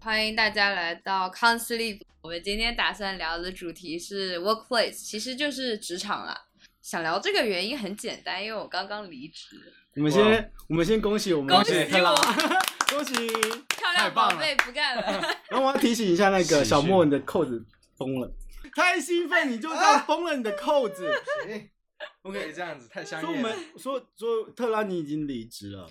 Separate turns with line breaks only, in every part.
欢迎大家来到康斯 sleep。我们今天打算聊的主题是 workplace，其实就是职场啦。想聊这个原因很简单，因为我刚刚离职。
我们先，我们先恭喜我们
恭
的
喜
杰克啦，恭喜！
漂亮宝贝不干了，
然后我要提醒一下那
喜
个
讯
小莫，你的扣子崩了，太兴奋你就这样崩了你的扣子。
不可以这样子，太香
所以我
艳
们
了。
说说特拉你已经离职了，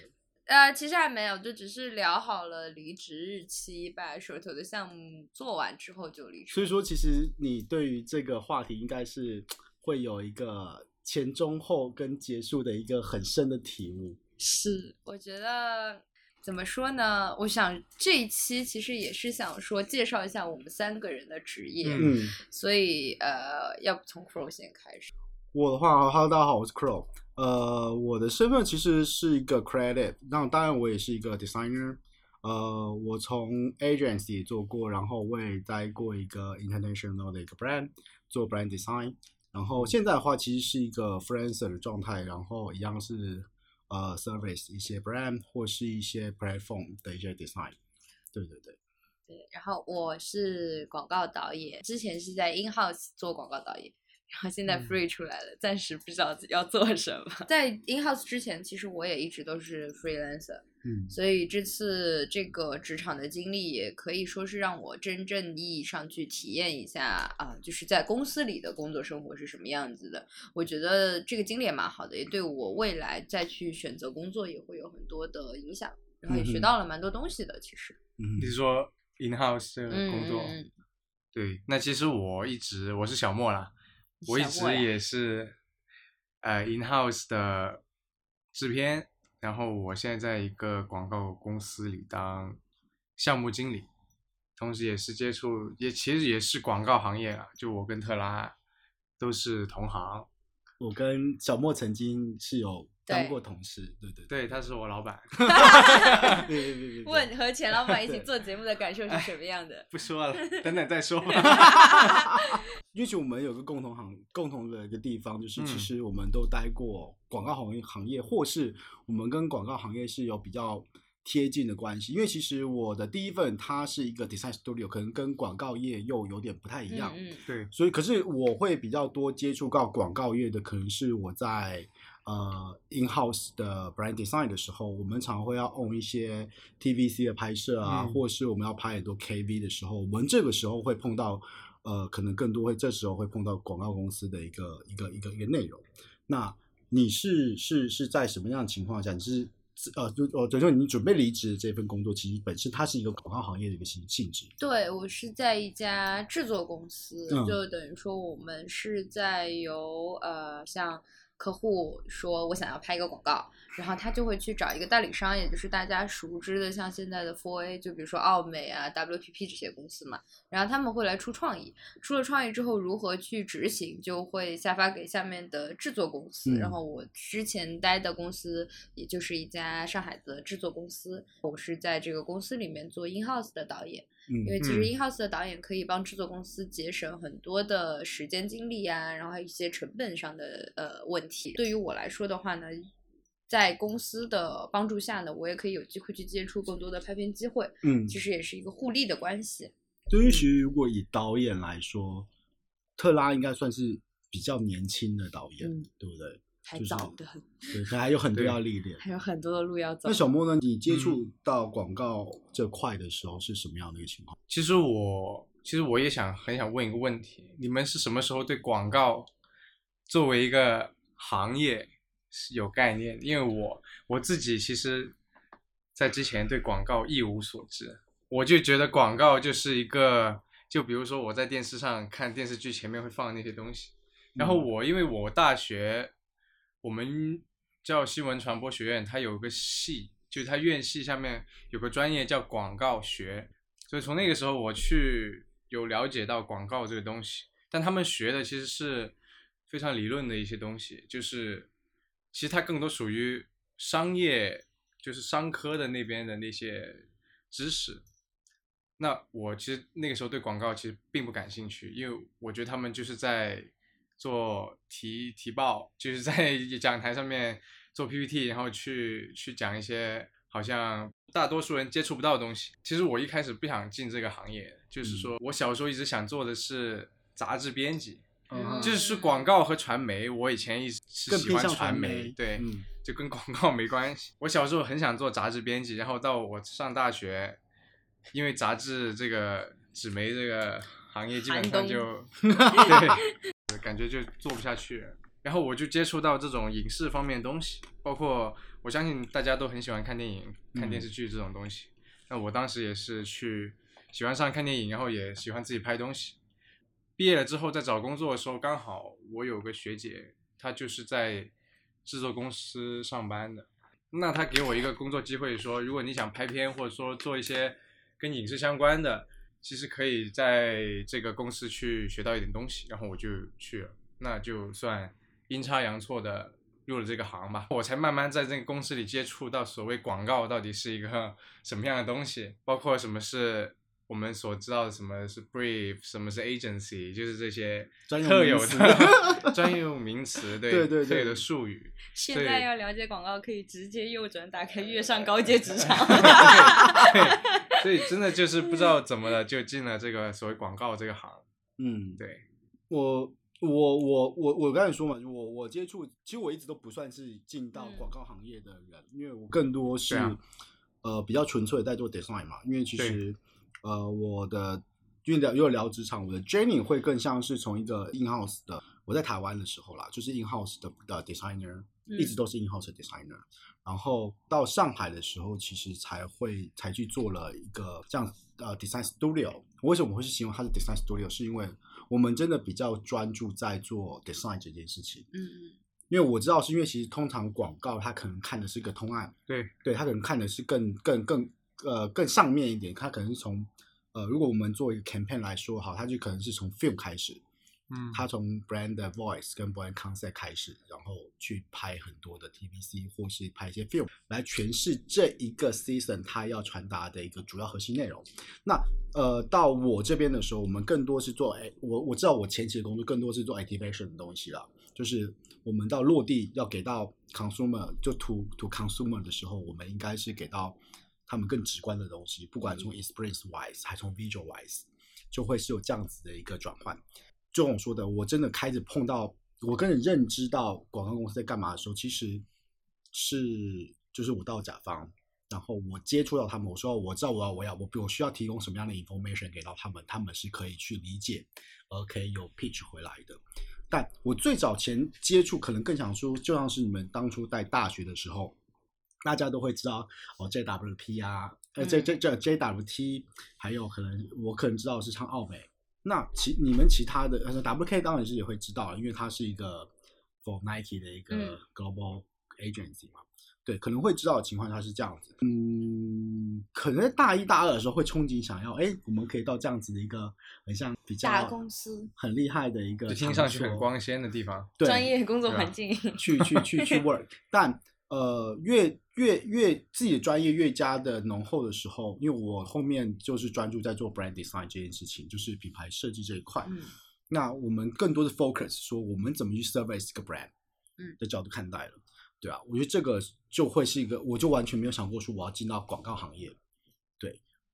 呃，其实还没有，就只是聊好了离职日期，把手头的项目做完之后就离
所
职。
以说其实你对于这个话题应该是会有一个前中后跟结束的一个很深的体悟。
是，我觉得怎么说呢？我想这一期其实也是想说介绍一下我们三个人的职业，
嗯
嗯，
所以呃，要不从 Crow 先开始。
我的话，Hello，大家好，我是 Crow。呃，我的身份其实是一个 creative，那当然我也是一个 designer。呃，我从 agency 也做过，然后我也待过一个 international 的一个 brand 做 brand design。然后现在的话，其实是一个 freelancer 的状态，然后一样是呃 service 一些 brand 或是一些 platform 的一些 design。对对对，
对，然后我是广告导演，之前是在 In House 做广告导演，然后现在
嗯
Free 出来了，暂时不知道要做什么。在 In House 之前，其实我也一直都是 freelancer，
嗯，
所以这次这个职场的经历也可以说是让我真正意义上去体验一下啊、就是在公司里的工作生活是什么样子的。我觉得这个经历也蛮好的，也对我未来再去选择工作也会有很多的影响，然后也
嗯
学
哼
到了蛮多东西的。其实，
嗯
你是说 in house 的
嗯
工作？
嗯嗯
对，那其实我一直我是小莫啦，我一
小
直
莫呀
也是呃 in house 的制片，然后我现在在一个广告公司里当项目经理，同时也是接触也其实也是广告行业啊，就我跟特拉都是同 行，
我跟小莫曾经是有当
对
过同事，对对对
对，他是我老板，
对对对对对。
问和钱老板一起
对
做节目的感受是什么样的？
不说了， 等等再说吧。
也许我们有个共同行共同的一个地方，就是
嗯
其实我们都待过广告行业行业，或是我们跟广告行业是有比较贴近的关系。因为其实我的第一份它是一个 design studio，可能跟广告业又有点不太一样，
嗯嗯
对，
所以可是我会比较多接触到广告业的，可能是我在呃 in house 的 brand design 的时候，我们常会要 on 一些 TVC 的拍摄啊，
嗯
或是我们要拍很多 KV 的时候，我们这个时候会碰到呃，可能更多会这时候会碰到广告公司的一个一个一个一个内容。那你是是是在什么样的情况下？你是呃，就呃，等于说你准备离职的这份工作，其实本身它是一个广告行业的一个性性质。
对我是在一家制作公司，
嗯
就等于说我们是在由呃像。客户说：“我想要拍一个广告，然后他就会去找一个代理商，也就是大家熟知的，像现在的 Four A，就比如说奥美啊、WPP 这些公司嘛。然后他们会来出创意，出了创意之后如何去执行，就会下发给下面的制作公司。
嗯
然后我之前待的公司，也就是一家上海的制作公司，我是在这个公司里面做 in house 的导演。
嗯
因为其实
嗯
in house 的导演可以帮制作公司节省很多的时间精力啊，然后还有一些成本上的呃问题。对于我来说的话呢，在公司的帮助下呢，我也可以有机会去接触更多的拍片机会，
嗯，
其实也是一个互利的关系。
对
嗯
于其实如果以导演来说，特拉应该算是比较年轻的导演，
嗯
对不对？
还
就是
早的很，
对，他还有很多
对
要历练。
还有很多的嗯路要走
那。小莫呢？你接触到广告这块的时候是什么样的一个情况？
其实我其实我也想很想问一个问题，你们是什么时候对广告作为一个行业是有概念？因为我我自己其实，在之前对广告一无所知，我就觉得广告就是一个，就比如说我在电视上看电视剧前面会放那些东西，然后
嗯
我因为我大学我们叫新闻传播学院，它有个系，就是它院系下面有个专业叫广告学，所以从那个时候我去有了解到广告这个东西，但他们学的其实是非常理论的一些东西，就是其实它更多属于商业，就是商科的那边的那些知识。那我其实那个时候对广告其实并不感兴趣，因为我觉得他们就是在做提 提报，就是在讲台上面做 PPT，然后去去讲一些好像大多数人接触不到的东西。其实我一开始不想进这个行业，
嗯
就是说我小时候一直想做的是杂志编辑，
嗯
就是
啊
是广告和传媒。我以前一直是
更
喜
偏
欢
向传
媒，对，
嗯
就跟广告没关系。我小时候很想做杂志编辑，然后到我上大学，因为杂志这个纸媒这个行业基本上就 对，感觉就做不下去。然后我就接触到这种影视方面的东西，包括我相信大家都很喜欢看电影、看电视剧这种东西。那我当时也是去喜欢上看电影，然后也喜欢自己拍东西。毕业了之后，在找工作的时候，刚好我有个学姐，她就是在制作公司上班的。那她给我一个工作机会说，如果你想拍片或者说做一些跟影视相关的，其实可以在这个公司去学到一点东西。然后我就去了，那就算阴差阳错的入了这个行吧。我才慢慢在这个公司里接触到所谓广告到底是一个什么样的东西，包括什么是我们所知道的什么是 brief，什么是 agency，就是这些
专有
特
名
有
词
的 专有名词，对
对对
特有
对
的术语。
现
对呃
在要了解广告，可以直接右转打开《跃上高阶职 场》
对，所以真的就是不
嗯
知道怎么了，就进了这个所谓广告这个行。
嗯，
对，
我我我我我刚才说嘛，我我接触，其实我一直都不算是进到
嗯
广告行业的人，因为我更多是、
对啊
呃比较纯粹地在做 design 嘛，因为其
对
实呃我的因为聊又聊职场，我的 journey 会更像是从一个 in house 的，我在台湾的时候啦，就是 in house 的的 designer，、一
嗯
直都是 in house 的 designer，然后到上海的时候，其实才会才去做了一个这样呃 design studio。为什么我会去形容它是 design studio？是因为我们真的比较专注在做 design 这件事情。
嗯
因为我知道，是因为其实通常广告它可能看的是个通案，
对，
对，它可能看的是更更更呃更上面一点，它可能是从呃，如果我们做一个 campaign 来说好，它就可能是从 film 开始，
嗯
他从 brand 的 voice 跟 brand concept 开始，然后去拍很多的 TVC 或是拍一些 film 来诠释这一个 season 他要传达的一个主要核心内容。那呃，到我这边的时候，我们更多是做哎，我我知道我前期的工作更多是做 activation 的东西啦，就是我们到落地要给到 consumer 就 to to consumer 的时候，我们应该是给到他们更直观的东西，不管从 experience wise 还从 visual wise，就会是有这样子的一个转换。就像我说的，我真的开始碰到，我跟人认知到广告公司在干嘛的时候，其实是就是我到甲方，然后我接触到他们，我说我知道我要我要我我需要提供什么样的 information 给到他们，他们是可以去理解，而可以有 pitch 回来的。但我最早前接触，可能更想说，就像是你们当初在大学的时候，大家都会知道哦，JWP 啊，呃，这这这 JWT，还有可能我可能知道是唱奥美。那其你们其他的呃 WK 当然是也会知道，因为它是一个 for Nike 的一
嗯
个 global agency 嘛，对，可能会知道的情况下是这样子。嗯，可能在大一大二的时候会憧憬想要，哎，我们可以到这样子的一个很像比较
大公司
很厉害的一个
就
场所，
听上去很光鲜的地方。
对
专业工作
对
环
吧
境，
去去去去 work，但呃越越越自己的专业越加的浓厚的时候，因为我后面就是专注在做 brand design 这件事情，就是品牌设计这一块。
嗯
那我们更多的 focus 说我们怎么去 service 这个 brand，
嗯
的角度看待了，对啊，我觉得这个就会是一个，我就完全没有想过说我要进到广告行业，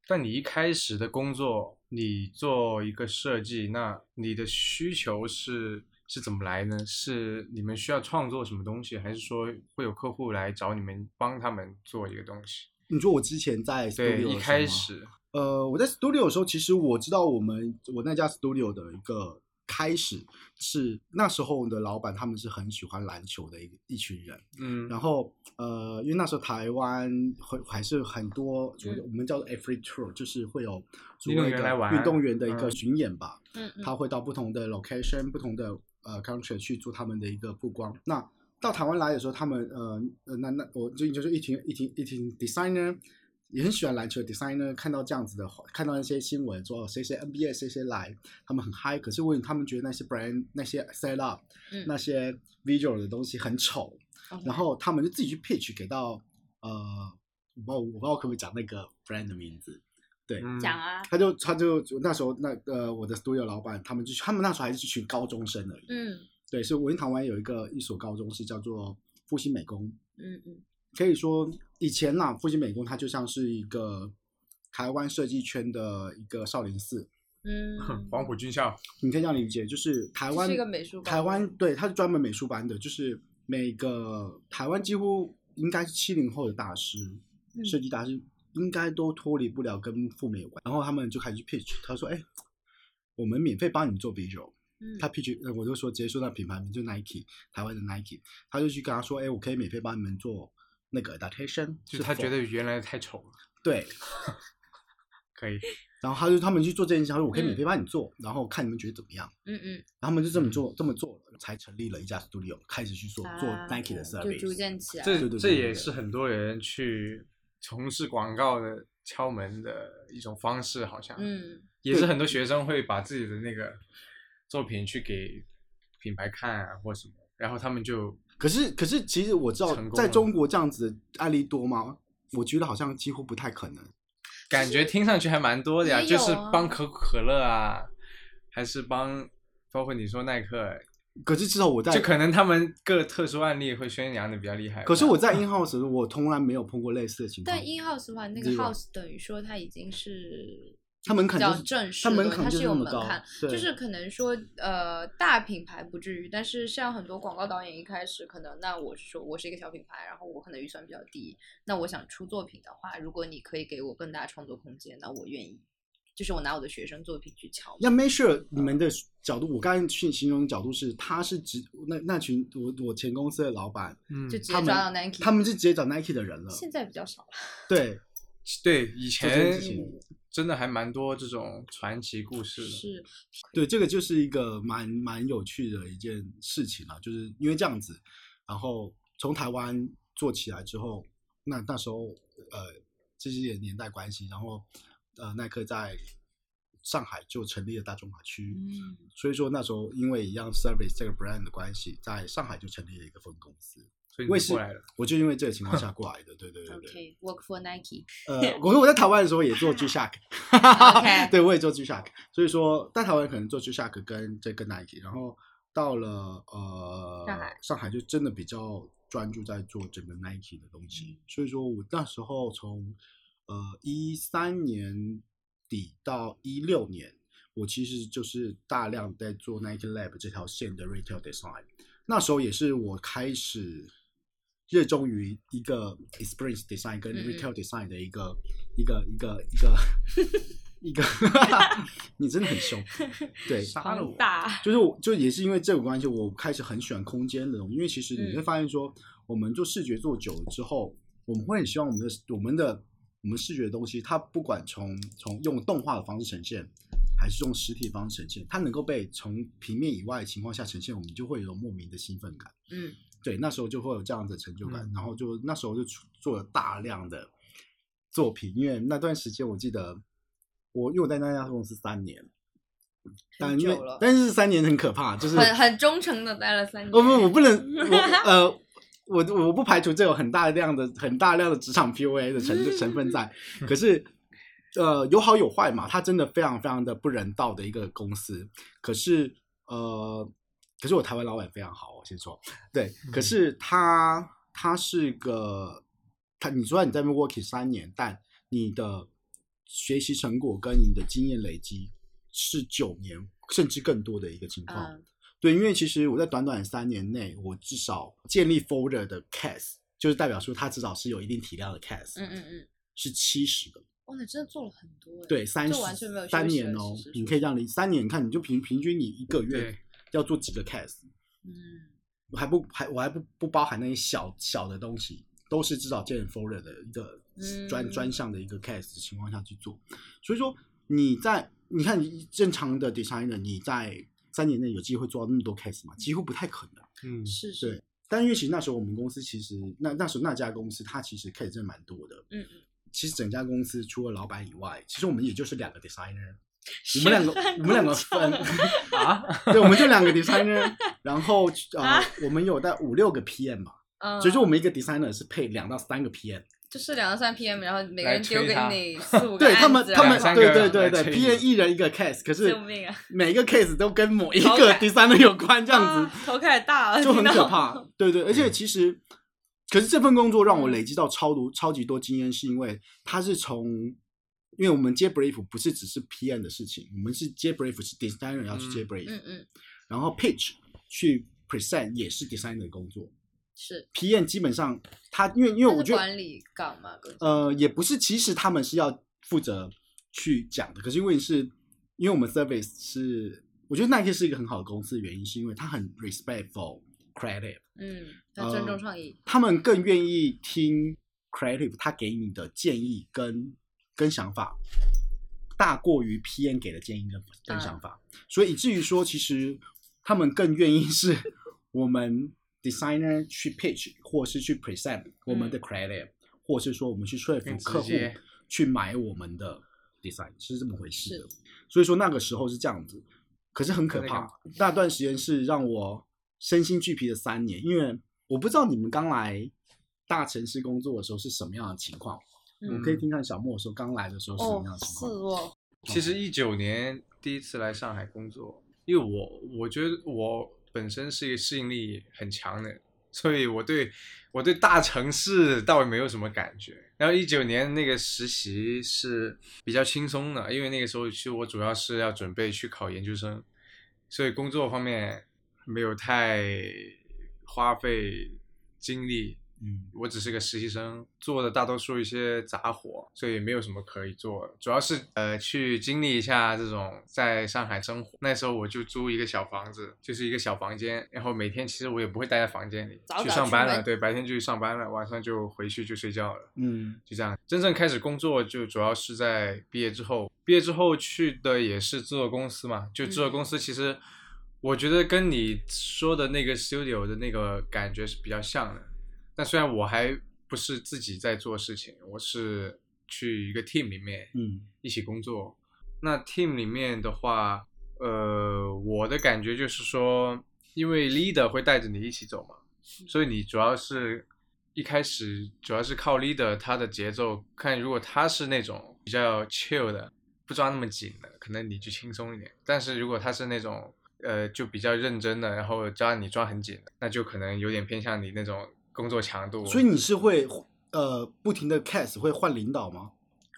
但你一开始的工作，你做一个设计，那你的需求是是怎么来呢？是你们需要创作什么东西，还是说会有客户来找你们帮他们做一个东西？
你说我之前在 studio 的
对，
时候
一
吗
开始，
呃，我在 studio 的时候，其实我知道我们我那家 studio 的一个开始是那时候的老板他们是很喜欢篮球的一一群人，
嗯，
然后呃，因为那时候台湾会还是很多，我
嗯
我们叫做 every tour，就是会有所
运动
谓
员来
的
玩
运动员的一个
嗯
巡演吧，
嗯嗯，
他会到不同的 location、不同的呃 country 去做他们的一个曝光。那到台湾来的时候，他们呃呃，那那我最近就是一群一群一群 designer 也很喜欢篮球的 designer，看到这样子的话，看到一些新闻说哦谁谁 NBA 谁谁来，他们很嗨。可是问他们觉得那些 brand 那些 set up、
嗯
那些 visual 的东西很丑，
OK
然后他们就自己去 pitch 给到呃，我不知道我不知道可不可以讲那个 brand 的名字。
嗯
讲啊，
他就他就就那时候那呃我的 studio 老板他们就他们那时候还是一群高中生而已。
嗯
对，所以我们台湾有一个一所高中是叫做复兴美工，
嗯嗯
可以说以前呐、复兴美工它就像是一个台湾设计圈的一个少林寺，
嗯，
黄埔军校，
你可以这样理解，就是台湾
这是一个美术馆
台湾对，它是专门美术班的，就是每个台湾几乎应该是七零后的大师，
嗯
设计大师应该都脱离不了跟赴美有关。然后他们就开始去 pitch，他说：“哎，我们免费帮你做 visual。”
嗯
他 pitch，呃我就说直接说那品牌名就 Nike，台湾的 Nike，他就去跟他说：“哎，我可以免费帮你们做那个 adaptation。”
就是他觉得原来太丑了，
对，
可以，
然后他就他们去做这件事，他说：“我
嗯
可以免费帮你做，然后看你们觉得怎么样。”
嗯嗯，
然后他们就这么做，这么做了，才成立了一家 studio，开始去做做
啊
Nike 的
就逐
service。
渐起来，
对对
这
对
这
对
也
对
是很多人去从事广告的敲门的一种方式，好像，，
嗯
也是很多学生会把自己的那个作品去给品牌看啊，或什么，然后他们就
可是可是，其实我知道
成，功
在
了
中国这样子的案例多吗？我觉得好像几乎不太可能。
感觉听上去还蛮多的呀，
也
就是
有啊
帮可口可乐啊，还是帮包括你说耐克，
可是至少我在
就，可能他们各特殊案例会宣扬的比较厉害吧。
可是我在 in house，我从来没有碰过类似的情况
但。in house 的话，那个
Zero
house 等于说它已经是
它门
比
槛
较
就是
正式
它
的
门
东西，
槛
它
就是
有
那么
门
高
槛，，
对
就是可能说呃大品牌不至于，但是像很多广告导演一开始可能，那我是说我是一个小品牌，然后我可能预算比较低，那我想出作品的话，如果你可以给我更大创作空间，那我愿意，就是我拿我的学生作品去敲
要 make sure 你们的角度，我刚才去形容的角度是，他是直那那群我我前公司的老板，
嗯
就，直接
他
抓
们
到 Nike。
他们是直接找 Nike 的人了。
现在比较少了，
对，
对以
件
前
事情
真的还蛮多这种传奇故事的。
是
对，这个就是一个蛮蛮有趣的一件事情啊，就是因为这样子，然后从台湾做起来之后，那那时候呃，这些也年代关系，然后呃，耐克在上海就成立了大中华区，
嗯，
所以说那时候因为一样 service 这个 brand 的关系，在上海就成立了一个分公司。
所以
我
你
也
就过来了
是，我就因为这个情况下过来的，对对对对。
OK，work、for Nike。
呃，我我在台湾的时候也做 G Shock，
OK
对我也做 G Shock，所以说在台湾可能做 G Shock 跟这跟 Nike，然后到了呃
上海
就真的比较专注在做整个 Nike 的东
嗯
西，所以说我那时候从呃一三年底到一六年，我其实就是大量在做 Nike Lab 这条线的 retail design。那时候也是我开始热衷于一个 experience design 跟
嗯嗯
retail design 的一个、一个一个一个 一个， 你真的很凶，对，
杀了我，
大，
就是我就也是因为这个关系，我开始很喜欢空间的东西，因为其实你会
嗯
发现说，我们做视觉做久了之后，我们会很希望我们的我们的我们视觉的东西，它不管从从用动画的方式呈现，还是用实体的方式呈现，它能够被从平面以外的情况下呈现，我们就会有一种莫名的兴奋感。
嗯，
对，那时候就会有这样子的成就感，
嗯
然后就那时候就出做了大量的作品，因为那段时间我记得我因为我在那家公司三年，但
很
因为
久了
但是三年很可怕，就是
很很忠诚的待了三年。嗯
我嗯哦不我不能我呃。我我不排除这有很大量的很大量的职场 PUA 的成成分在，可是，呃，有好有坏嘛，它真的非常非常的不人道的一个公司。可是，呃，可是我台湾老板非常好，我先说，对，可是他他是个他，你虽然你在 Milwaukee 三年，但你的学习成果跟你的经验累积是九年甚至更多的一个情
呃
况。
嗯，
对，因为其实我在短短三年内，我至少建立 folder 的 case，就是代表说它至少是有一定体量的 case，、
嗯嗯嗯，
是七十个。
哇，那真的做了很多哎。
对，三十
这完全没有休息
三
了
年哦
其实，是
你可以这样理，三年，你看你就平平均你一个月
对
要做几个 case，
嗯，
我还不还我还不不包含那些小小的东西，都是至少建 folder 的一个专、
嗯
专项的一个 case 的情况下去做。所以说你在你看你正常的 designer，你在三年内有机会做到那么多 case 吗？几乎不太可能。
嗯，
是是
对，，但因为其实那时候我们公司其实那那时候那家公司它其实 case 真的蛮多的。
嗯嗯，
其实整家公司除了老板以外，其实我们也就是两个 designer，我们两个我们两个分
啊，
对，我们就两 个 designer，然后呃、我们有带五六个 PM 嘛，
啊嗯，
所以说我们一个 designer 是配两到三个 PM，
就是两到三 PM，然后每个
来
人丢
催
给
他
你四五个
对他们
案子啊
他们
两三个
对对对对
来催
，PM
你
一人一个 case，可是
救命啊！
每个 case 都跟某一
好
个
嗯
感
designer 有关，这样子
啊头开始大了，
就很
听到
可怕。对对，而且其实可是这份工作让
嗯
我累积到超多、超级多经验，是因为它是从，因为我们接 brief 不是只是 PM 的事情，我们是接 brief 是 designer 要去接
嗯
brief，、
嗯嗯，
然后 pitch 去 present 也是 designer 的工作。
是，
PM 基本上他因为因为
它
我
是
觉得
管理岗嘛，更
呃，也不是，其实他们是要负责去讲的，可是因为是，因为我们 service 是，我觉得耐克是一个很好的公司的原因，是因为它很 respectful creative，
嗯，要尊
呃
重创意，
他们更愿意听 creative 他给你的建议跟跟想法，大过于 PM 给的建议跟跟想法，
嗯
所以以至于说，其实他们更愿意是 我们 designer 去 pitch 或是去 present 我们的 creative，、或是说我们去说服
嗯更直
客户
接
去买我们的 design 是这么回事的。所以说那个时候是这样子，可是很可
那
怕
个。
那段时间是让我身心俱疲的三年，因为我不知道你们刚来大城市工作的时候是什么样的情况。我嗯
嗯
可以听看小莫说刚来的时候是什
哦
么样的，情
是
况。
哦，
其实一九年第一次来上海工作，因为我我觉得我本身是一个适应力很强的人，所以我对我对大城市倒也没有什么感觉。然后一九年那个实习是比较轻松的，因为那个时候其实我主要是要准备去考研究生，所以工作方面没有太花费精力。
嗯，
我只是个实习生，做的大多数一些杂活，所以没有什么可以做的。主要是呃去经历一下这种在上海生活。那时候我就租一个小房子，就是一个小房间，然后每天其实我也不会待在房间里，
早早
去上班
出
了，
门
对，白天就去上班了，晚上就回去就睡觉了。
嗯，
就这样，真正开始工作就主要是在毕业之后。毕业之后去的也是制作公司嘛，就制作公司其实我觉得跟你说的那个 studio 的那个感觉是比较像的。但虽然我还不是自己在做事情，我是去一个 team 里面
嗯
一起工作。那 team 里面的话，呃，我的感觉就是说，因为 leader 会带着你一起走嘛，所以你主要是一开始主要是靠 leader 他的节奏，看如果他是那种比较 chill 的，不抓那么紧的，可能你就轻松一点。但是如果他是那种呃就比较认真的，然后抓你抓很紧的，那就可能有点偏向你那种工作强度。
所以你是会呃不停的 cast 会换领导吗？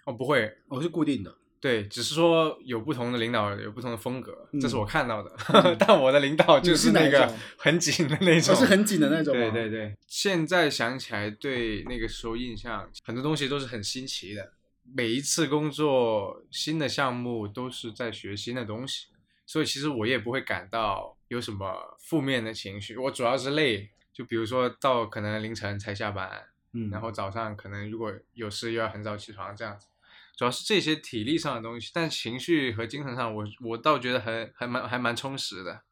哦不会，
哦，是固定的。
对，只是说有不同的领导有不同的风格，
嗯
这是我看到的。
嗯
但我的领导就那
你是哪
个
一种
很紧的那种，
哦是很紧的那种
对
吗
对对，现在想起来，对那个时候印象，很多东西都是很新奇的。每一次工作新的项目都是在学新的东西，所以其实我也不会感到有什么负面的情绪。我主要是累，就比如说到可能凌晨才下班，
嗯，
然后早上可能如果有事又要很早起床这样子，主要是这些体力上的东西，但情绪和精神上我，我倒觉得很还蛮还蛮充实的，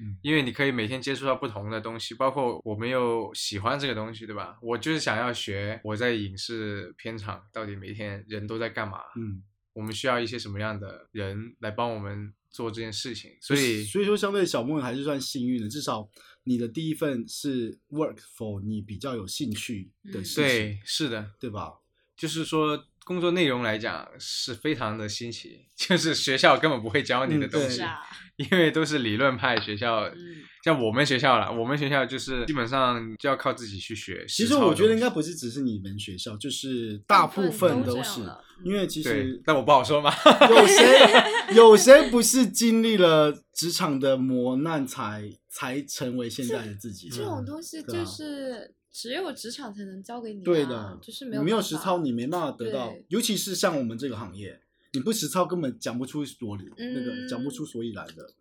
嗯
因为你可以每天接触到不同的东西，包括我没有喜欢这个东西，对吧？我就是想要学我在影视片场到底每天人都在干嘛，
嗯，
我们需要一些什么样的人来帮我们做这件事情，所以
所以说，相对小莫还是算幸运的，至少你的第一份是 work for 你比较有兴趣的
嗯
事情，
对，是的，
对吧？
就是说工作内容来讲是非常的新奇，就是学校根本不会教你的
嗯
东
对
西，
是啊，
因为都是理论派学校。
嗯，
像我们学校啦，我们学校就是基本上就要靠自己去学。
其
实
实
操
我觉得
东
应
西
该不是只是你们学校，就是大部分
都
都
这
是
样，了
嗯
嗯
因为其
对
实，
但我不好 说嘛。
有 谁有谁不是经历了职场的磨难才才成为现在的自己的？
这种东西
对啊
就是只有职场才能教给你、啊，
对的，
就是
没
有
你
没
有实操，你没办法得到
对，
尤其是像我们这个行业，你不实操根本讲不出所理，那个
嗯
讲不出所以然的。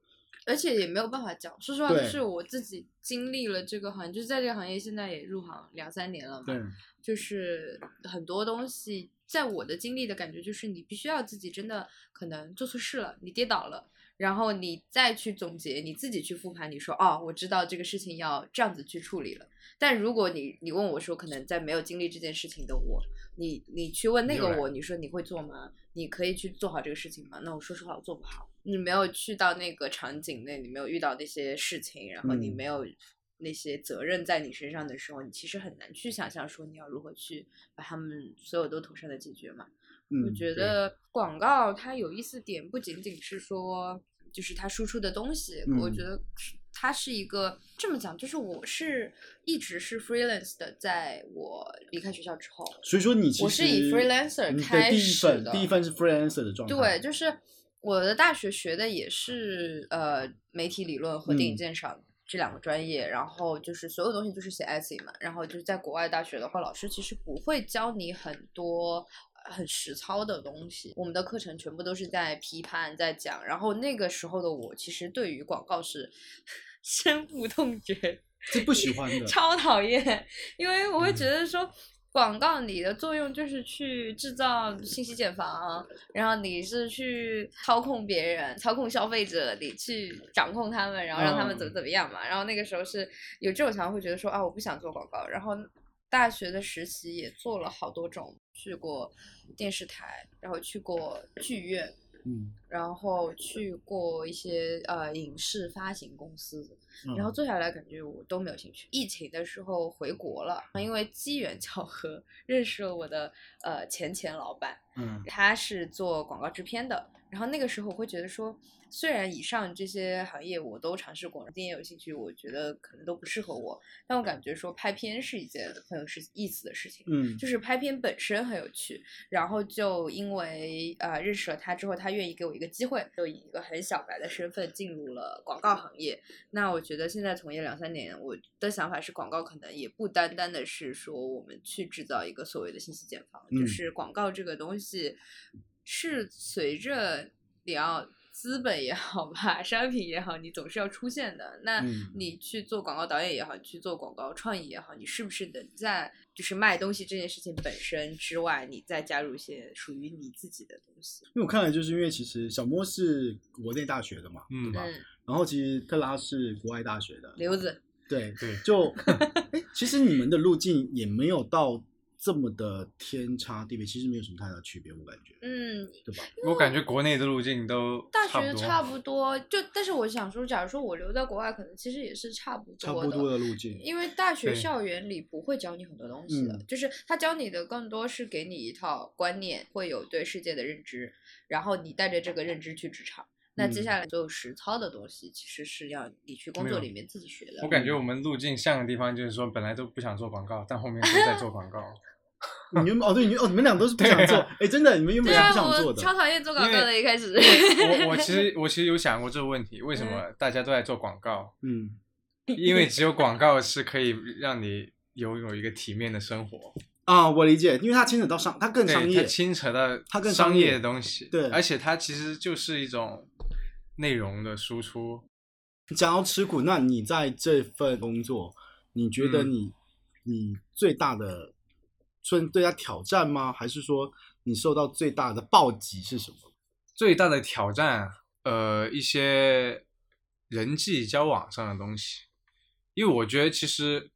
而且也没有办法教。说实话，就
对
是我自己经历了这个行业，就是在这个行业现在也入行两三年了嘛，
对，
就是很多东西，在我的经历的感觉就是，你必须要自己真的可能做错事了，你跌倒了，然后你再去总结，你自己去复盘，你说哦，我知道这个事情要这样子去处理了。但如果你你问我说，可能在没有经历这件事情的我，你你去问那
没
个
有来
我，你说你会做吗？你可以去做好这个事情吗？那我说实话，我做不好。你没有去到那个场景内，你没有遇到那些事情，然后你
嗯
没有那些责任在你身上的时候，你其实很难去想象说你要如何去把他们所有都妥善的解决嘛。我
嗯，
觉得广告它有意思点不仅仅是说就是它输出的东西，我
嗯
觉得是它是一个这么讲，就是我是一直是 freelance 的，在我离开学校之后，
所以说你其实
我是以 freelancer
你的
开
第一
始
份
的
第一份是 freelancer 的状态，
对，就是我的大学学的也是呃媒体理论和电影
嗯
鉴赏这两个专业，然后就是所有东西就是写 essay 嘛，然后就是在国外大学的话，老师其实不会教你很多。呃很实操的东西，我们的课程全部都是在批判，在讲。然后那个时候的我，其实对于广告是
深恶痛绝，
是不喜欢 的。
超讨厌，因为我会觉得说。广告你的作用就是去制造
信息茧房，然后你是去操控别人、操控消费者，你去掌控他们，然后让他们怎么
嗯
怎么样嘛。然后那个时候是有这种想法，会觉得说啊，我不想做广告。然后大学的实习也做了好多种，去过电视台，然后去过剧院，
嗯，
然后去过一些呃影视发行公司，
嗯
然后做下来感觉我都没有兴趣。疫情的时候回国了，因为机缘巧合认识了我的呃前前老板，
嗯
他是做广告制片的。然后那个时候我会觉得说，虽然以上这些行业我都尝试过，今天有兴趣，我觉得可能都不适合我，但我感觉说拍片是一件很有事意思的事情。
嗯
就是拍片本身很有趣，然后就因为呃认识了他之后，他愿意给我一个机会，就以一个很小白的身份进入了广告行业。那我觉得现在从业两三年，我的想法是，广告可能也不单单的是说我们去制造一个所谓的信息茧房，
嗯
就是广告这个东西是随着你要。资本也好 吧，商品也好，你总是要出现的。那
嗯
你去做广告导演也好，你去做广告创意也好，你是不是能在就是卖东西这件事情本身之外，你再加入一些属于你自己的东西？
因为我看来就是因为其实小莫是国内大学的嘛，
嗯
对吧？
嗯，
然后其实克拉是国外大学的，
刘子，
对
对
就哎，其实你们的路径也没有到这么的天差地别，其实没有什么太大的区别，我感觉，
嗯，
对吧？
我感觉国内的路径都
大
差不
学
多
差不多，就但是我想说，假如说我留在国外，可能其实也是差不多的，
差不多的路径，
因为大学
对
校园里不会教你很多东西的，
嗯
就是他教你的更多是给你一套观念，会有对世界的认知，然后你带着这个认知去职场。那接
嗯
下来所有实操的东西，其实是要你去工
没
作
有
里面自己学的。
我
嗯
感觉我们路径像的地方就是说，本来都不想做广告，但后面都在做广告，
你们哦，对，你哦，你们俩都是不
啊
想做，哎，真的，你们原本
对
是
啊
不，想做
我
的，
超讨厌做广
因为
告的，一开始。
我我其实我其实有想过这个问题，为什么大家都在做广告？
嗯，
因为只有广告是可以让你拥有一个体面的生活，
啊，我理解，因为它牵扯到商，它更商
对，它
业，
牵扯到
它更
商
商业
的东西，
对
而且它其实就是一种内容的输出。
讲到吃苦，那你在这份工作，你觉得你、
嗯
你最大的算对它挑战吗？还是说你受到最大的暴击是什么？
最大的挑战，呃，一些人际交往上的东西，因为我觉得其实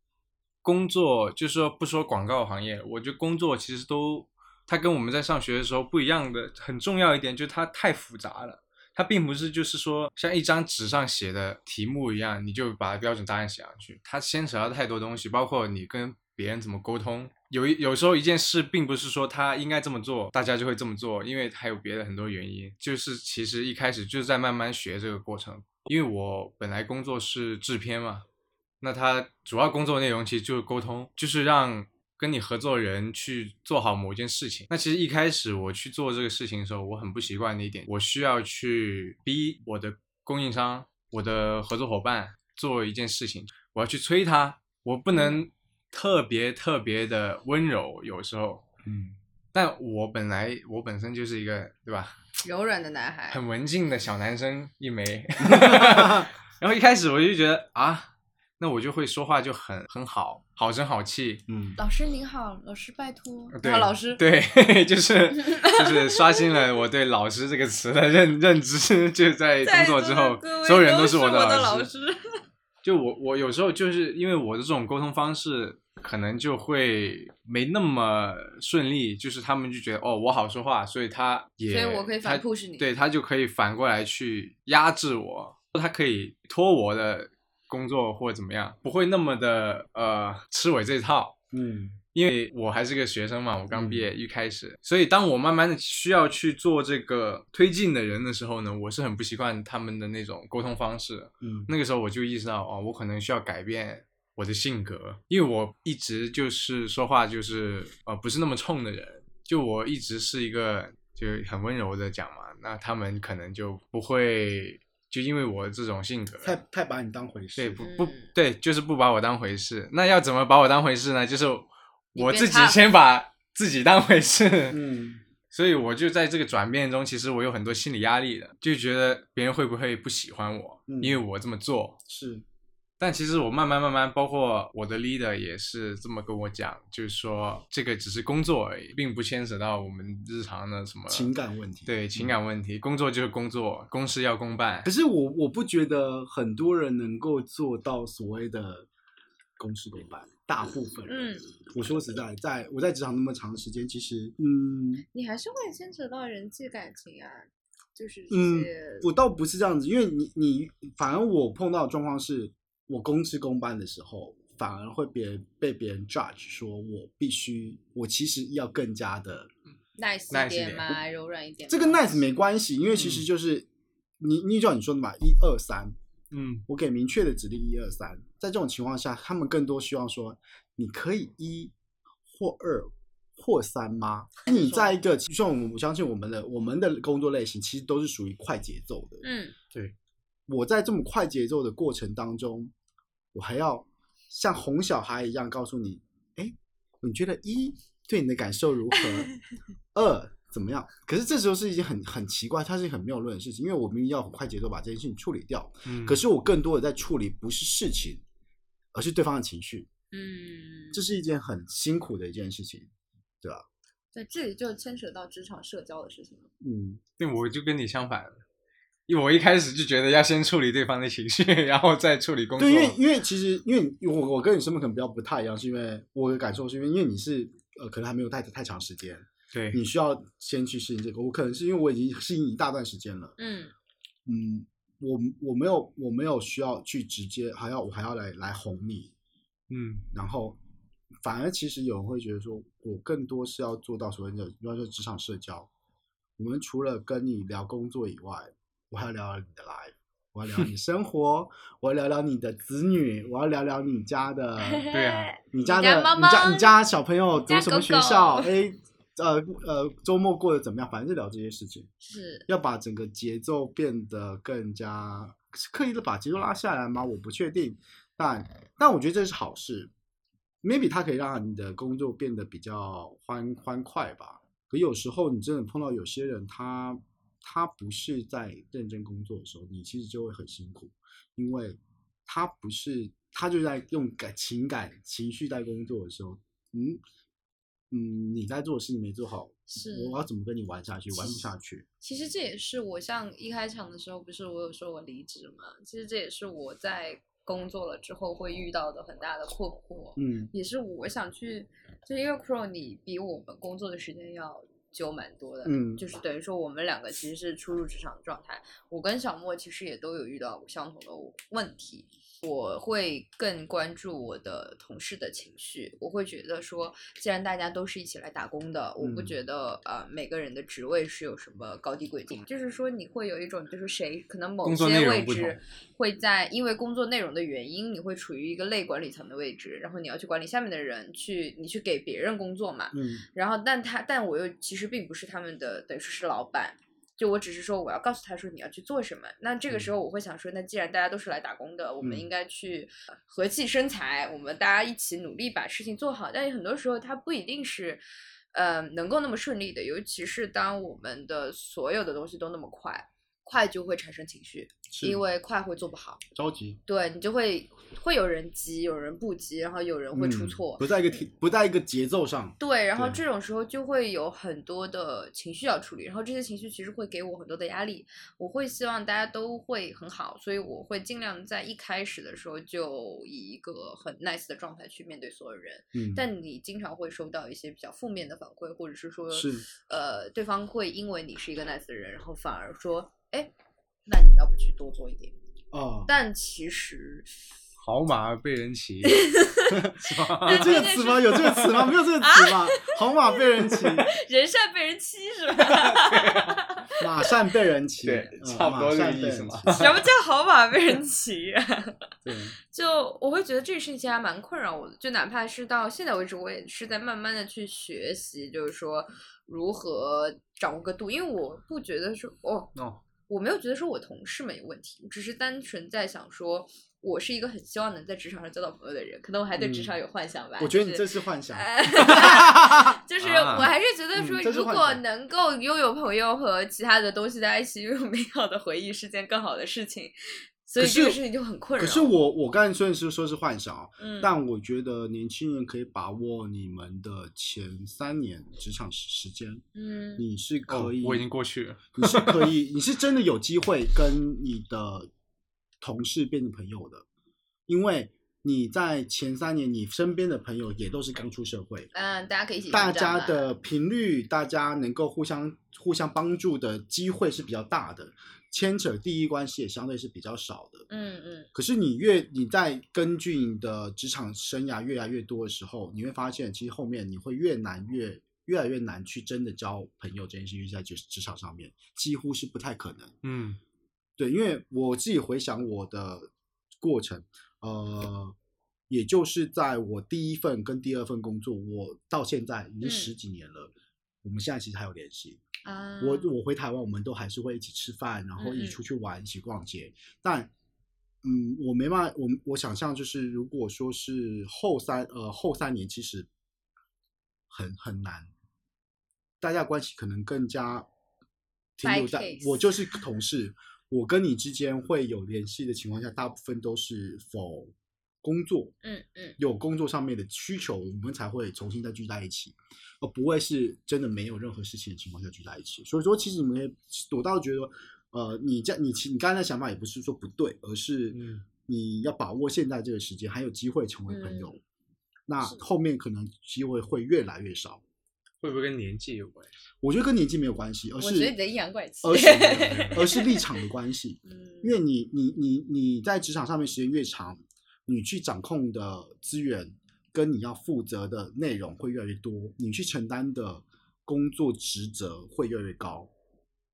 工作，就是说不说广告行业，我觉得工作其实都，它跟我们在上学的时候不一样的，很重要一点就是它太复杂了。它并不是就是说像一张纸上写的题目一样，你就把标准答案写上去。它牵扯到太多东西，包括你跟别人怎么沟通。有一有时候一件事，并不是说他应该这么做，大家就会这么做，因为还有别的很多原因。就是其实一开始就是在慢慢学这个过程。因为我本来工作是制片嘛，那他主要工作内容其实就是沟通，就是让跟你合作的人去做好某件事情。那其实一开始我去做这个事情的时候，我很不习惯的一点，我需要去逼我的供应商、我的合作伙伴做一件事情，我要去催他，我不能特别特别的温柔，有时候。
嗯，
但我本来我本身就是一个对吧，
柔软的男孩，
很文静的小男生一枚。 然后一开始我就觉得啊，那我就会说话就很很好，好声好气。
嗯，
老师您好，老师拜托，
呃对，
啊老师，
对， 就是就是刷新了我对“老师”这个词的认认知， 就在工作之后，所有人
都
是
我
我的
老
师。。就我我有时候就是因为我的这种沟通方式，可能就会没那么顺利，就是他们就觉得哦我好说话，所以他
所
也
以我可以反
他
push 你
对他就可以反过来去压制我，他可以拖我的工作或者怎么样，不会那么的呃吃我这一套。
嗯，
因为我还是个学生嘛，我刚毕业一开始，所以当我慢慢的需要去做这个推进的人的时候呢，我是很不习惯他们的那种沟通方式。
嗯
那个时候我就意识到，哦，我可能需要改变我的性格，因为我一直就是说话就是呃不是那么冲的人，就我一直是一个就很温柔的讲嘛，那他们可能就不会就因为我这种性格，
太太把你当回
对
事，
不不
嗯
对，就是不把我当回事。那要怎么把我当回事呢？就是
你
我
变
自己
差
先把自己当回事，
嗯，
所以我就在这个转变中，其实我有很多心理压力的，就觉得别人会不会不喜欢我，
嗯
因为我这么做。
是，
但其实我慢慢慢慢，包括我的 leader 也是这么跟我讲，就是说这个只是工作而已，并不牵扯到我们日常的什么
情感问题
呃
嗯
对情感问题，工作就是工作，公事要公办
可。是我我不觉得很多人能够做到所谓的公事公办，大部分人。
嗯，
我说实在，在我在职场那么长时间，其实，嗯
你还是会牵扯到人际感情啊，就是这
嗯
些，
我倒不是这样子，因为你你反而我碰到的状况是，我公事公办的时候，反而会别人被别人 judge 说我必须，我其实要更加的
nice
nice
一
一
点
点
嘛，柔软一点嘛。
这个 nice 没关系，因为其实就是、你你就像你说的嘛，一二三，
嗯，
我给明确的指令一二三，在这种情况下，他们更多希望说，你可以一或二或三吗？你在一个，就像我们我相信我们的我们的工作类型，其实都是属于快节奏的。
嗯，
我在这么快节奏的过程当中，我还要像哄小孩一样告诉你，哎，你觉得一对你的感受如何？二怎么样？可是这时候是一件很很奇怪，它是一件很谬论的事情，因为我明明要很快节奏把这件事情处理掉，
嗯
可是我更多的在处理不是事情，而是对方的情绪，
嗯，
这是一件很辛苦的一件事情。
对，这里就牵扯到职场社交的事情了。
嗯，
对，我就跟你相反了，因为我一开始就觉得要先处理对方的情绪， 然后再处理工作。
对，因为因为其实因为我我跟你身份可能比较不太一样，是因为我的感受是因为因为你是呃可能还没有太太长时间，
对
你需要先去适应这个。我可能是因为我已经适应一大段时间了，
嗯，
嗯，我我没有我没有需要去直接还要我还要来来哄你，
嗯，
然后反而其实有人会觉得说，我更多是要做到所谓的，比方说职场社交，我们除了跟你聊工作以外，我还要聊聊你的 life。我要聊你生活， 我要聊聊你的子女，我要聊聊你家的
对啊，
你家
家
的
猫
你家
猫
你家小朋友读
家
什么
狗
学
狗
校？哎，呃呃，周末过得怎么样？反正就聊这些事情，
是
要把整个节奏变得更加是刻意的把节奏拉下来吗？我不确定，但但我觉得这是好事，maybe 它可以让你的工作变得比较欢欢快吧。可有时候你真的碰到有些人他他不是在认真工作的时候，你其实就会很辛苦。因为他不是他就在用感情感情绪在工作的时候，嗯嗯，你在做的事情没做好，
是，
我要怎么跟你玩下去？玩不下去，
其实这也是我像一开场的时候，不是我有说我离职嘛？其实这也是我在工作了之后会遇到的很大的困惑，
嗯
也是我想去，就是因为 Crow 你比我们工作的时间要久蛮多的，
嗯
就是等于说我们两个其实是初入职场的状态，我跟小莫其实也都有遇到相同的问题。我会更关注我的同事的情绪，我会觉得说，既然大家都是一起来打工的，我不
嗯
觉得呃每个人的职位是有什么高低贵贱，就是说你会有一种就是谁可能某
工
些
作内容
位
不
置
同
会在因为工作内容的原因，你会处于一个类管理层的位置，然后你要去管理下面的人，去你去给别人工作嘛，
嗯
然后但他但我又其实并不是他们的，等于说是老板。就我只是说，我要告诉他说你要去做什么。那这
嗯
个时候我会想说，那既然大家都是来打工的，我们
嗯
应该去呃和气生财，我们大家一起努力把事情做好。但是很多时候它不一定是，呃，能够那么顺利的，尤其是当我们的所有的东西都那么快，快就会产生情绪，
是
因为快会做不好，
着急
对你就会会有人急，有人不急，然后有人会出
嗯
错，
不在一个题不在一个节奏上，
对，然后
对
这种时候就会有很多的情绪要处理，然后这些情绪其实会给我很多的压力。我会希望大家都会很好，所以我会尽量在一开始的时候就以一个很 nice 的状态去面对所有人。
嗯，
但你经常会收到一些比较负面的反馈，或者是说，
是
呃，对方会因为你是一个 nice 的人，然后反而说，哎，那你要不去多做一点？
哦，
但其实
好马被 人骑，是吧？
哎有这个词吗？有这个词吗？没有这个 词吧？好马被人骑，
人善被人欺是吧？
马善被人骑，
对
嗯
差不多这个意思嘛。
马善被人骑
什么叫好马被人骑、
对，
就我会觉得这个事情还蛮困扰我的，就哪怕是到现在为止，我也是在慢慢的去学习，就是说如何掌握个度，因为我不觉得说哦，
哦，
我没有觉得说我同事们有问题，我只是单纯在想说，我是一个很希望能在职场上交到朋友的人，可能我还对职场有幻想吧。
嗯我觉得你
就
这
是呃
是幻想。
哎 就是
啊
我还是觉得
嗯
说，
这是
如
幻
果
想
能够拥有朋友和其他的东西在一起， 拥有美好的回忆是件更好的事情，所以
可
这个
是
事情就很困扰。
可是，我我刚才虽然是说是幻想哦，
嗯，
但我觉得年轻人可以把握你们的前三年职场时时间，
嗯
你是可以，
哦我已经过去了。
你是可 以，你是真的有机会跟你的同事变成朋友的，因为你在前三年，你身边的朋友也都是刚出社会，
嗯，大家可以一起
大
成长
家
嘛
的频率，大家能够互相互相帮助的机会是比较大的，牵扯利益关系也相对是比较少的。
嗯嗯
可是你越你在根据你的职场生涯越来越多的时候，你会发现，其实后面你会越难越越来越难去真的交朋友这件事情，在职职场上面几乎是不太可能。
嗯，
对，因为我自己回想我的过程，呃，也就是在我第一份跟第二份工作，我到现在已经
嗯
十几年了。我们现在其实还有联系，
啊，
我我回台湾，我们都还是会一起吃饭，然后一
嗯
起
嗯
出去玩，一起逛街。但，嗯，我没办法，我我想象就是，如果说是后三呃后三年，其实很很难，大家关系可能更加停
By
留在
case
我就是同事，我跟你之间会有联系的情况下，大部分都是否工作，
嗯嗯
有工作上面的需求，我们才会重新再聚在一起，而不会是真的没有任何事情的情况下聚在一起。所以说，其实你们也，我倒觉得，呃，你这你其你刚才的想法也不是说不对，而是
嗯
你要把握现在这个时间，还有机会成为朋
嗯
友。那后面可能机会会越来越少。
会不会跟年纪有关？
我觉得跟年纪没有关系，而
我觉得你
呃是
在阴阳怪气。
而是而是立场的关系。
嗯
因为你你你你在职场上面时间越长，你去掌控的资源跟你要负责的内容会越来越多，你去承担的工作职责会越来越高，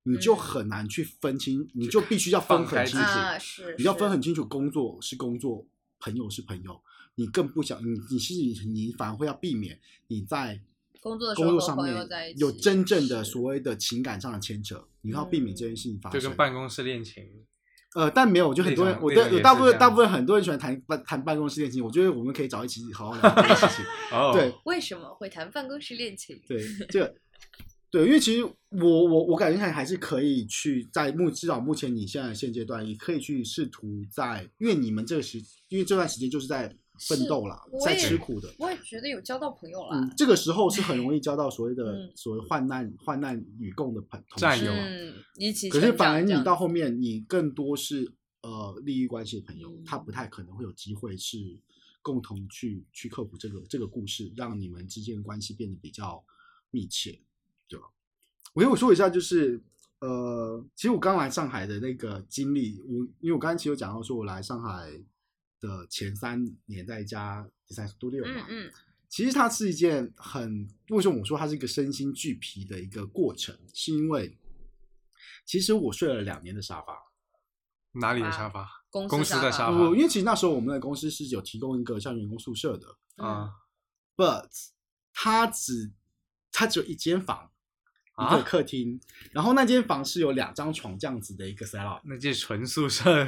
你就
嗯
很难去分清，你就必须要分
放开
很
自
清
己
楚，
啊是，
你要
是
分很清楚，工作是工作，朋友是朋友。你更不想你，你是你，你反而会要避免你在
工作的时
工
候
作
和
上
朋
面
友在一
有
起
真正的
是
所谓的情感上的牵扯，你要避免
嗯
这件事情发
就
生。
跟办公室恋情，
呃，但没有，我觉得很多人
那，种
我
那
对
种
有
也
大
是
部分
这样
大部分很多人喜欢谈办谈办公室恋情，我觉得我们可以找一起好好聊这件事 情。
哦，
对，
为什么会谈办公室恋情？
对，这个对，因为其实我我我感觉还还是可以去在目至少目前你现在现阶段，也可以去试图在，因为你们这个时，因为这段时间就是在奋
是
斗啦，
我
在
也
吃苦的。
我也觉得有交到朋友啦
嗯，，这个时候是很容易交到所谓的
嗯
所谓患难患难与共的朋同
战
事
友
嘛
啊
嗯，一起
可是
成
反
长
而
这
你
样
到
子
后面，你更多是呃利益关系的朋友，他
嗯
不太可能会有机会是共同去去克服这个这个故事，让你们之间的关系变得比较密切，对吧？我跟我说一下，就是呃，其实我刚来上海的那个经历，我因为我刚才其实有讲到，说我来上海的前三年在一家 design studio 嘛，
嗯嗯
其实它是一件很为什么我说它是一个身心俱疲的一个过程，是因为其实我睡了两年的沙发，
哪里的沙发？
公
公司的
沙
沙
不、
发
因为其实那时候我们的公司是有提供一个像员工宿舍的
嗯
啊
，but 它只它只有一间房，一
啊
个！客厅，然后那间房是有两张床这样子的一个 set up。
那这纯宿舍，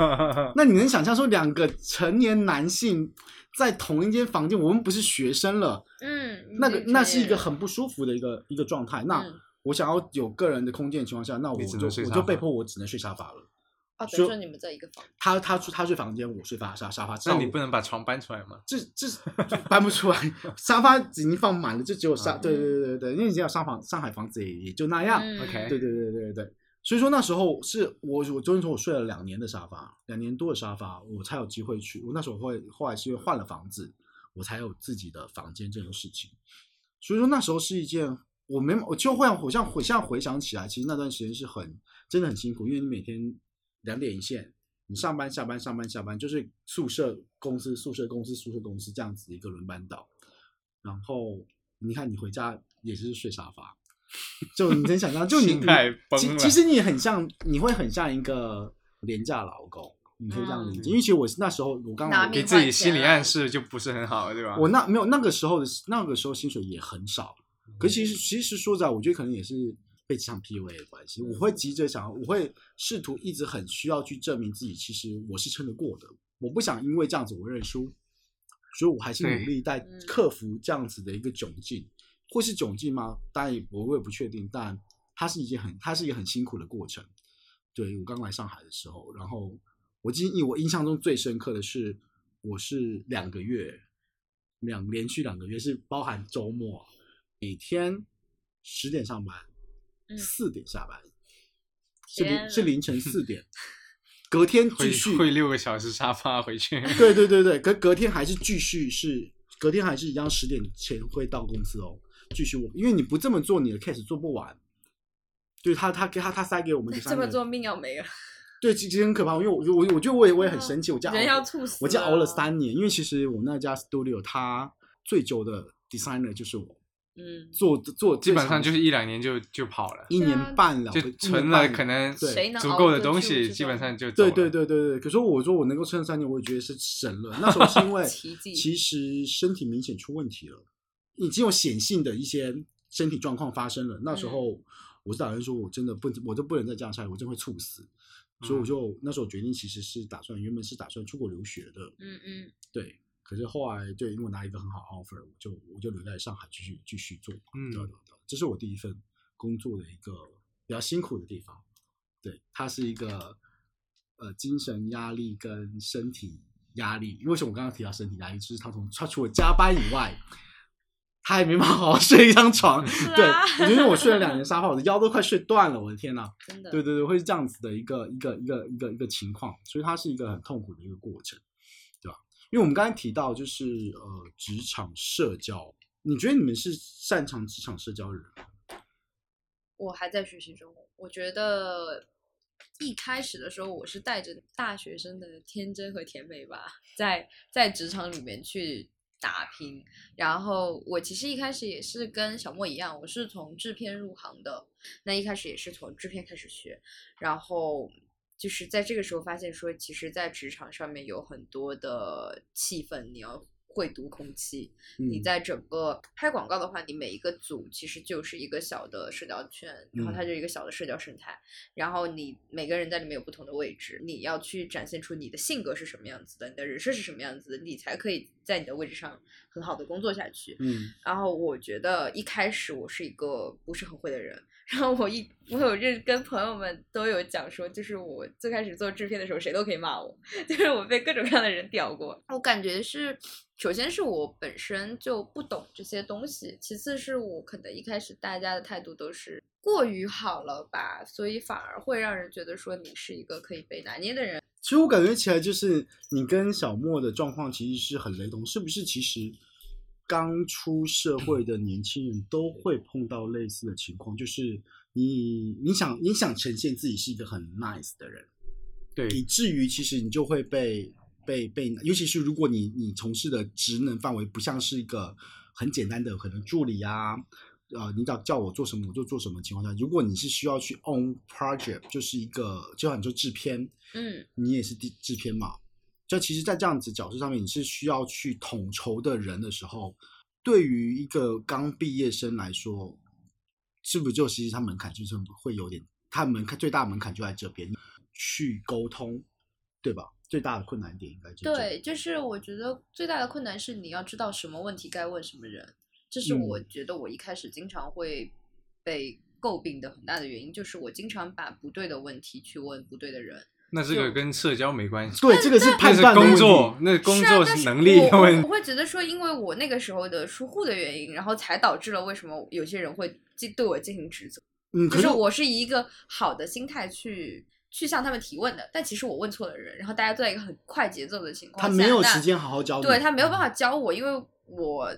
那你能想象说两个成年男性在同一间房间，我们不是学生了，
嗯，
那个
你
那是一个
觉
很不舒服的一个一个状态。那、
嗯
我想要有个人的空间的情况下，那我
你只
就
能睡
我
沙
就
发
被迫我只能睡沙发了。
得哦，等
说
于说你们在一个房，
他他睡他睡房间，我睡沙沙沙发。
那你
至少
不能把床搬出来吗？
这这这搬不出来，沙发已经放满了，就只有沙。
嗯
对对对对对，因为你知道上房上海房子也也就那样。
嗯
OK
对对对对对。所以说那时候是我，我终于说我睡了两年的沙发，两年多的沙发，我才有机会去。我那时候会后来是因为换了房子，我才有自己的房间这件事情。所以说那时候是一件我没我就会我像回现在回想起来，其实那段时间是很真的很辛苦，因为你每天两点一线，你上班下班上班下班，就是宿舍公司宿舍公司宿舍公司这样子一个轮班倒。然后你看你回家也是睡沙发，就你能想象，就你
心态
你
崩
其
了
其实你很像，你会很像一个廉价劳工，你可以这样理解。因为其实我是那时候我刚
拿
来
命
给
给
自
自
己
己
心
心
理
理
暗
暗
示就不是很好，对吧？
我那没有那个时候的那个时候薪水也很少，
嗯
可其实其实说实在，我觉得可能也是被职场 PUA 的关系，我会急着想要，我会试图一直很需要去证明自己，其实我是撑得过的，我不想因为这样子我认输，所以我还是
对
努力在
嗯
克服这样子的一个窘境，会是窘境吗？当然也我也不确定，但它是一件很它是一个很辛苦的过程。对我刚来上海的时候，然后我记忆我印象中最深刻的是，我是两个月，两连续两个月是包含周末，每天十点上班，
嗯
四点下班，是
天
凌
呐
是凌晨四点，隔天
会
继续
会六个小时沙发回去，
对对对对，隔隔天还是继续是，隔天还是一样十点前会到公司哦，继续我，因为你不这么做，你的 case 做不完。就是他他他他塞给我们第三
这
个
么
人，
做命要没了，
对，其实很可怕，因为我我我觉得我也我也很生气，我家
嗯人要猝死。
我家熬了，三年，因为其实我们那家 studio 它最久的 designer 就是我
嗯，
做做
基本上就是是一两年就就跑了，
一
啊
年半了，
就
一年
存
半
了可能
对
谁能
足
熬
够
得
的东
住
西，
这
基本
种
上就走
对
了
对对对对，可是我说我能够撑三年，我也觉得是神了。那时候是因为
奇迹
其实身体明显出问题了，已经有显性的一些身体状况发生了。
嗯
那时候我是打算说，我真的不，我就不能再这样下去，我真会猝死。所以
嗯
我就那时候决定，其实是打算原本是打算出国留学的，
嗯嗯，
对。可是后来对，因为我拿一个很好 offer，我就我就留在上海继续继续做。
嗯
对对对，啊这是我第一份工作的一个比较辛苦的地方。对，它是一个呃精神压力跟身体压力。因为为什么我刚刚提到身体压力，就是他从他除了加班以外，他还没办法好好 睡一张床。对，
啊
我觉得我睡了两年沙发，我的腰都快睡断了。我的天呐！
真的。
对对对，会是这样子的一个一个一个一个一个情况，所以它是一个很痛苦的一个过程，对吧？因为我们刚才提到，就是呃，职场社交，你觉得你们是擅长职场社交的人吗？
我还在学习中，我觉得一开始的时候，我是带着大学生的天真和甜美吧，在在职场里面去打拼。然后我其实一开始也是跟小莫一样，我是从制片入行的，那一开始也是从制片开始学，然后。就是在这个时候发现说，其实，在职场上面有很多的气氛，你要会读空气，你
嗯
在整个拍广告的话，你每一个组其实就是一个小的社交圈，然后它
嗯
就一个小的社交生态，然后你每个人在里面有不同的位置，你要去展现出你的性格是什么样子的，你的人设是什么样子的，你才可以在你的位置上很好的工作下去。
嗯
然后我觉得一开始我是一个不是很会的人，然后我一我有认跟朋友们都有讲说，就是我最开始做制片的时候，谁都可以骂我， 就是我被各种各样的人屌过。我感觉是，首先是我本身就不懂这些东西，其次是我可能一开始大家的态度都是过于好了吧，所以反而会让人觉得说你是一个可以被拿捏的人。
其实我感觉起来，就是你跟小莫的状况其实是很雷同，是不是？其实刚出社会的年轻人都会碰到类似的情况，就是你你想你想呈现自己是一个很 nice 的人，
对
以至于其实你就会被被被，尤其是如果你你从事的职能范围不像是一个很简单的可能助理啊，呃，领导叫我做什么我就做什么的情况下，如果你是需要去 own project，就是一个就像你说制片，
嗯，
你也是制制片嘛，就其实，在这样子角色上面，你是需要去统筹的人的时候，对于一个刚毕业生来说，是不是就其实他门槛就是会有点，他门槛最大门槛就在这边，去沟通，对吧？最大的困难点应该就是这
对，就是我觉得最大的困难是你要知道什么问题该问什么人，这是我
嗯
觉得我一开始经常会被诟病的很大的原因，就是我经常把不对的问题去问不对的人。
那这个跟社交没关系，
对，这个是
那
判
是
断的
工
问题
作，那工
是
作
啊、但是
能力
我
的问
我会觉得说，因为我那个时候的疏忽的原因，然后才导致了为什么有些人会进对我进行指责。
嗯，
可
可
是
是
我是以一个好的心态去。去向他们提问的，但其实我问错了人，然后大家都在一个很快节奏的情况
他
下，
没有
那
时间好好教你，嗯
对他没有办法教我，因为我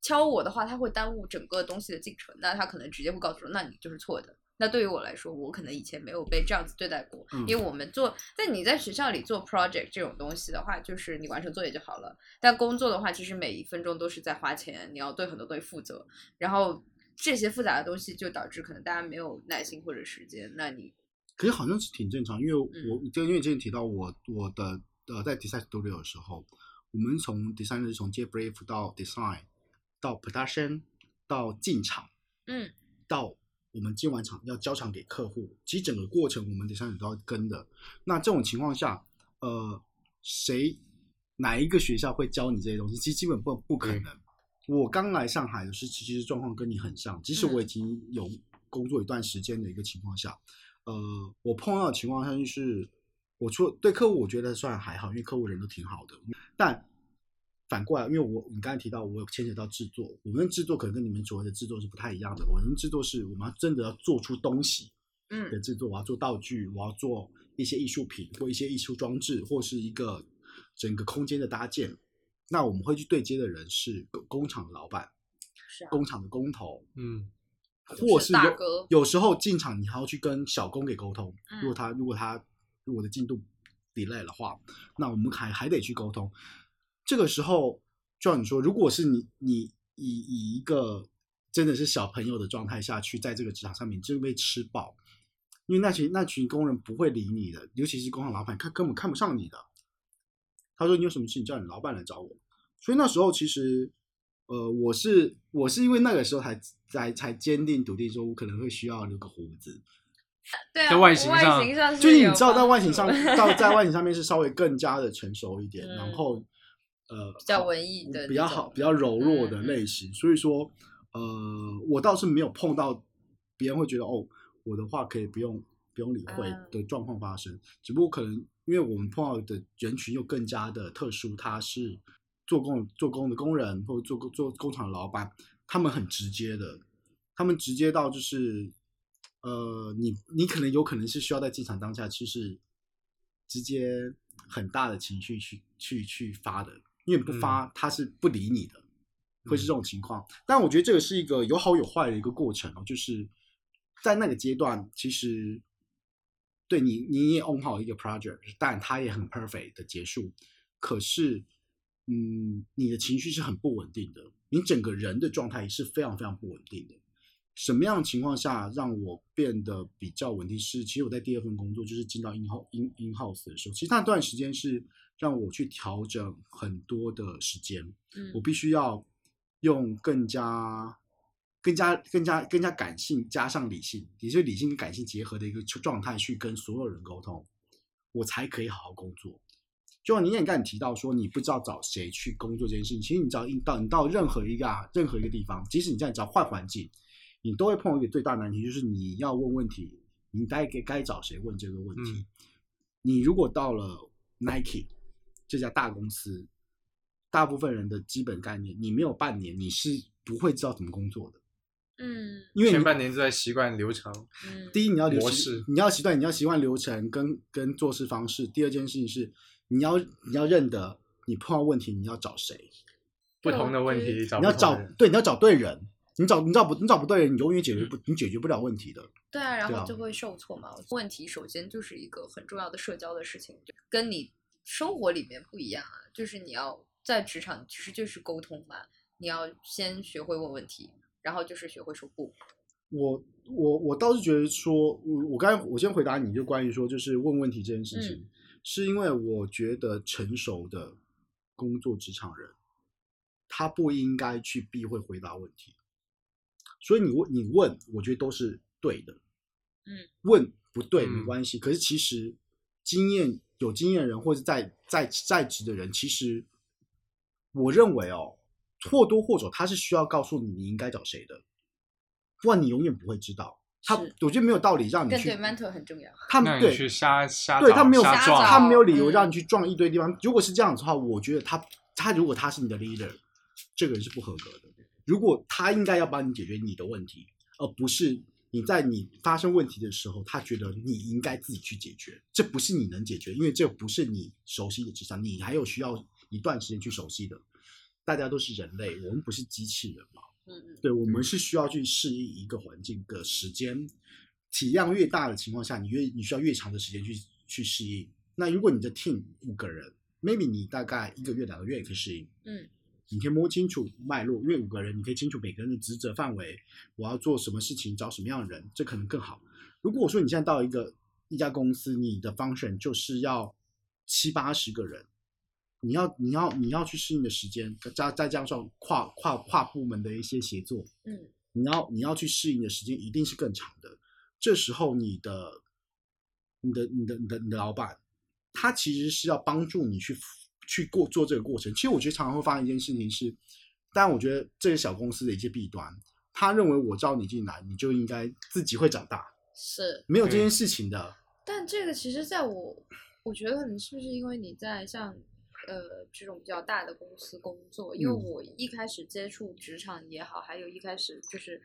敲我的话，他会耽误整个东西的进程。那他可能直接会告诉我，那你就是错的，那对于我来说，我可能以前没有被这样子对待过，
嗯
因为我们做在你在学校里做 project 这种东西的话，就是你完成作业就好了。但工作的话，其实每一分钟都是在花钱，你要对很多东西负责，然后这些复杂的东西就导致可能大家没有耐心或者时间。那你
可是好像是挺正常，因为
嗯
我就因为之前提到我我的呃在 design studio 的时候，我们从 design 是从接 brief 到 design，到 production，到进场，
嗯，
到我们接完场要交场给客户，其实整个过程我们 design 都要跟的。那这种情况下，呃，谁哪一个学校会教你这些东西？其实基本不不可能。我刚来上海的是，其实状况跟你很像。即使我已经有工作一段时间的一个情况下，呃，我碰到的情况下就是，我除了对客户我觉得算还好，因为客户人都挺好的。但反过来，因为我你刚才提到我有牵扯到制作，我们的制作可能跟你们所谓的制作是不太一样的。我们的制作是我们要真的要做出东西，
嗯
的制作，我要做道具，我要做一些艺术品或一些艺术装置，或是一个整个空间的搭建。那我们会去对接的人是工工厂的老板、
是啊，
工厂的工头，
嗯，
或
是
是
大
有
哥
有时候进场你还要去跟小工给沟通，
嗯
如果他如果他如果我的进度 delay 的话，那我们还还得去沟通。这个时候，就像你说，如果是你你以以一个真的是小朋友的状态下去，在这个职场上面，你就被吃饱，因为那群那群工人不会理你的，尤其是工厂老板，他根本看不上你的。他说你有什么事情叫你老板来找我，所以那时候其实，呃，我是我是因为那个时候才才才坚定笃定说，我可能会需要留个胡子，
对啊，
在外形
外
上
形上是
就是你
有
知道在
帮
外形
助，
上到在外 形上面是稍微更加的成熟一点，
嗯
然后呃
比较文艺的
比
那
较
种
好、比较柔弱的
嗯嗯
类型，所以说呃，我倒是没有碰到别人会觉得哦，我的话可以不用不用理会
嗯
的状况发生，只不过可能因为我们碰到的人群又更加的特殊，他是做工做工的工人或者做工做工厂的老板，他们很直接的，他们直接到就是，呃，你你可能有可能是需要在进场当下，其实直接很大的情绪去去去发的，因为不发、他是不理你的，会是这种情况。但我觉得这个是一个有好有坏的一个过程哦，就是在那个阶段，其实对你你也 own 好一个 project，但它也很 perfect 的结束，可是。嗯，你的情绪是很不稳定的，你整个人的状态是非常非常不稳定的。什么样的情况下让我变得比较稳定是？其实我在第二份工作就是进到 in house in in house 的时候，其实那段时间是让我去调整很多的时间，
嗯
我必须要用更加、更加、更加、更加感性加上理性，也就是理性跟感性结合的一个状态去跟所有人沟通，我才可以好好工作。就像你也刚才提到说，你不知道找谁去工作这件事情，其实你只要一到你到任何一个啊任何一个地方，即使你现在只要换环境，你都会碰到一个最大难题，就是你要问问题，你该该该找谁问这个问题。
嗯
你如果到了 Nike 这家大公司，大部分人的基本概念，你没有半年，你是不会知道怎么工作的，
嗯
因为你
前半年都在习惯流程，
嗯，
第一，你要流
模
习
式
你要习惯，你要习惯流程跟跟做事方式。第二件事情是，你要你要认得你碰到问题你要找谁，
不同的问
对
题找
你
不
要
同
找
的人
对，你要找对人，你找你找不你找不对人，你永远解决
嗯
不你解决不了问题的。
对啊，然
对啊
后就会受挫嘛。问题首先就是一个很重要的社交的事情，就跟你生活里面不一样啊，就是你要在职场其实就是沟通嘛，你要先学会问问题，然后就是学会说不。
我我我倒是觉得说，我我刚才我先回答你，就关于说就是问问题这件事情，是因为我觉得成熟的工作职场人，他不应该去避讳回答问题，所以你问你问，我觉得都是对的，
嗯，
问不对没
嗯
关系，可是其实经验有经验人或者在在在职的人，其实我认为哦，或多或少他是需要告诉你你应该找谁的，不然你永远不会知道。他
是
我觉得没有道理让你
跟
去
对 mentor 很重要。
他
让
们
你
对
去瞎瞎
对
找
他没有
瞎
瞎
撞啊
找
他没有理由
嗯
让你去撞一堆地方。如果是这样子的话，我觉得他他如果他是你的 leader，这个人是不合格的。如果他应该要帮你解决你的问题，而不是你在你发生问题的时候，他觉得你应该自己去解决，这不是你能解决，因为这不是你熟悉的职场，你还有需要一段时间去熟悉的。大家都是人类，我们不是机器人嘛。
嗯嗯，
对，我们是需要去适应一个环境的时间，体量越大的情况下，你越你需要越长的时间去去适应。那如果你的 team 五个人，maybe 你大概一个月两个月也可以适应。
嗯，
你可以摸清楚脉络，因为五个人你可以清楚每个人的职责范围，我要做什么事情，找什么样的人，这可能更好。如果说你现在到一个一家公司，你的 function 就是要七八十个人，你要你要你要去适应的时间，加再加上跨跨跨部门的一些协作，
嗯，
你要你要去适应的时间一定是更长的。这时候你的你的你的你的你的老板，他其实是要帮助你去去过做这个过程。其实我觉得常常会发现一件事情是，但我觉得这是小公司的一些弊端。他认为我招你进来，你就应该自己会长大，
是。
没有这件事情的。
但这个其实在我，我觉得可能是不是因为你在像呃这种比较大的公司工作，因为
嗯
我一开始接触职场也好，还有一开始就是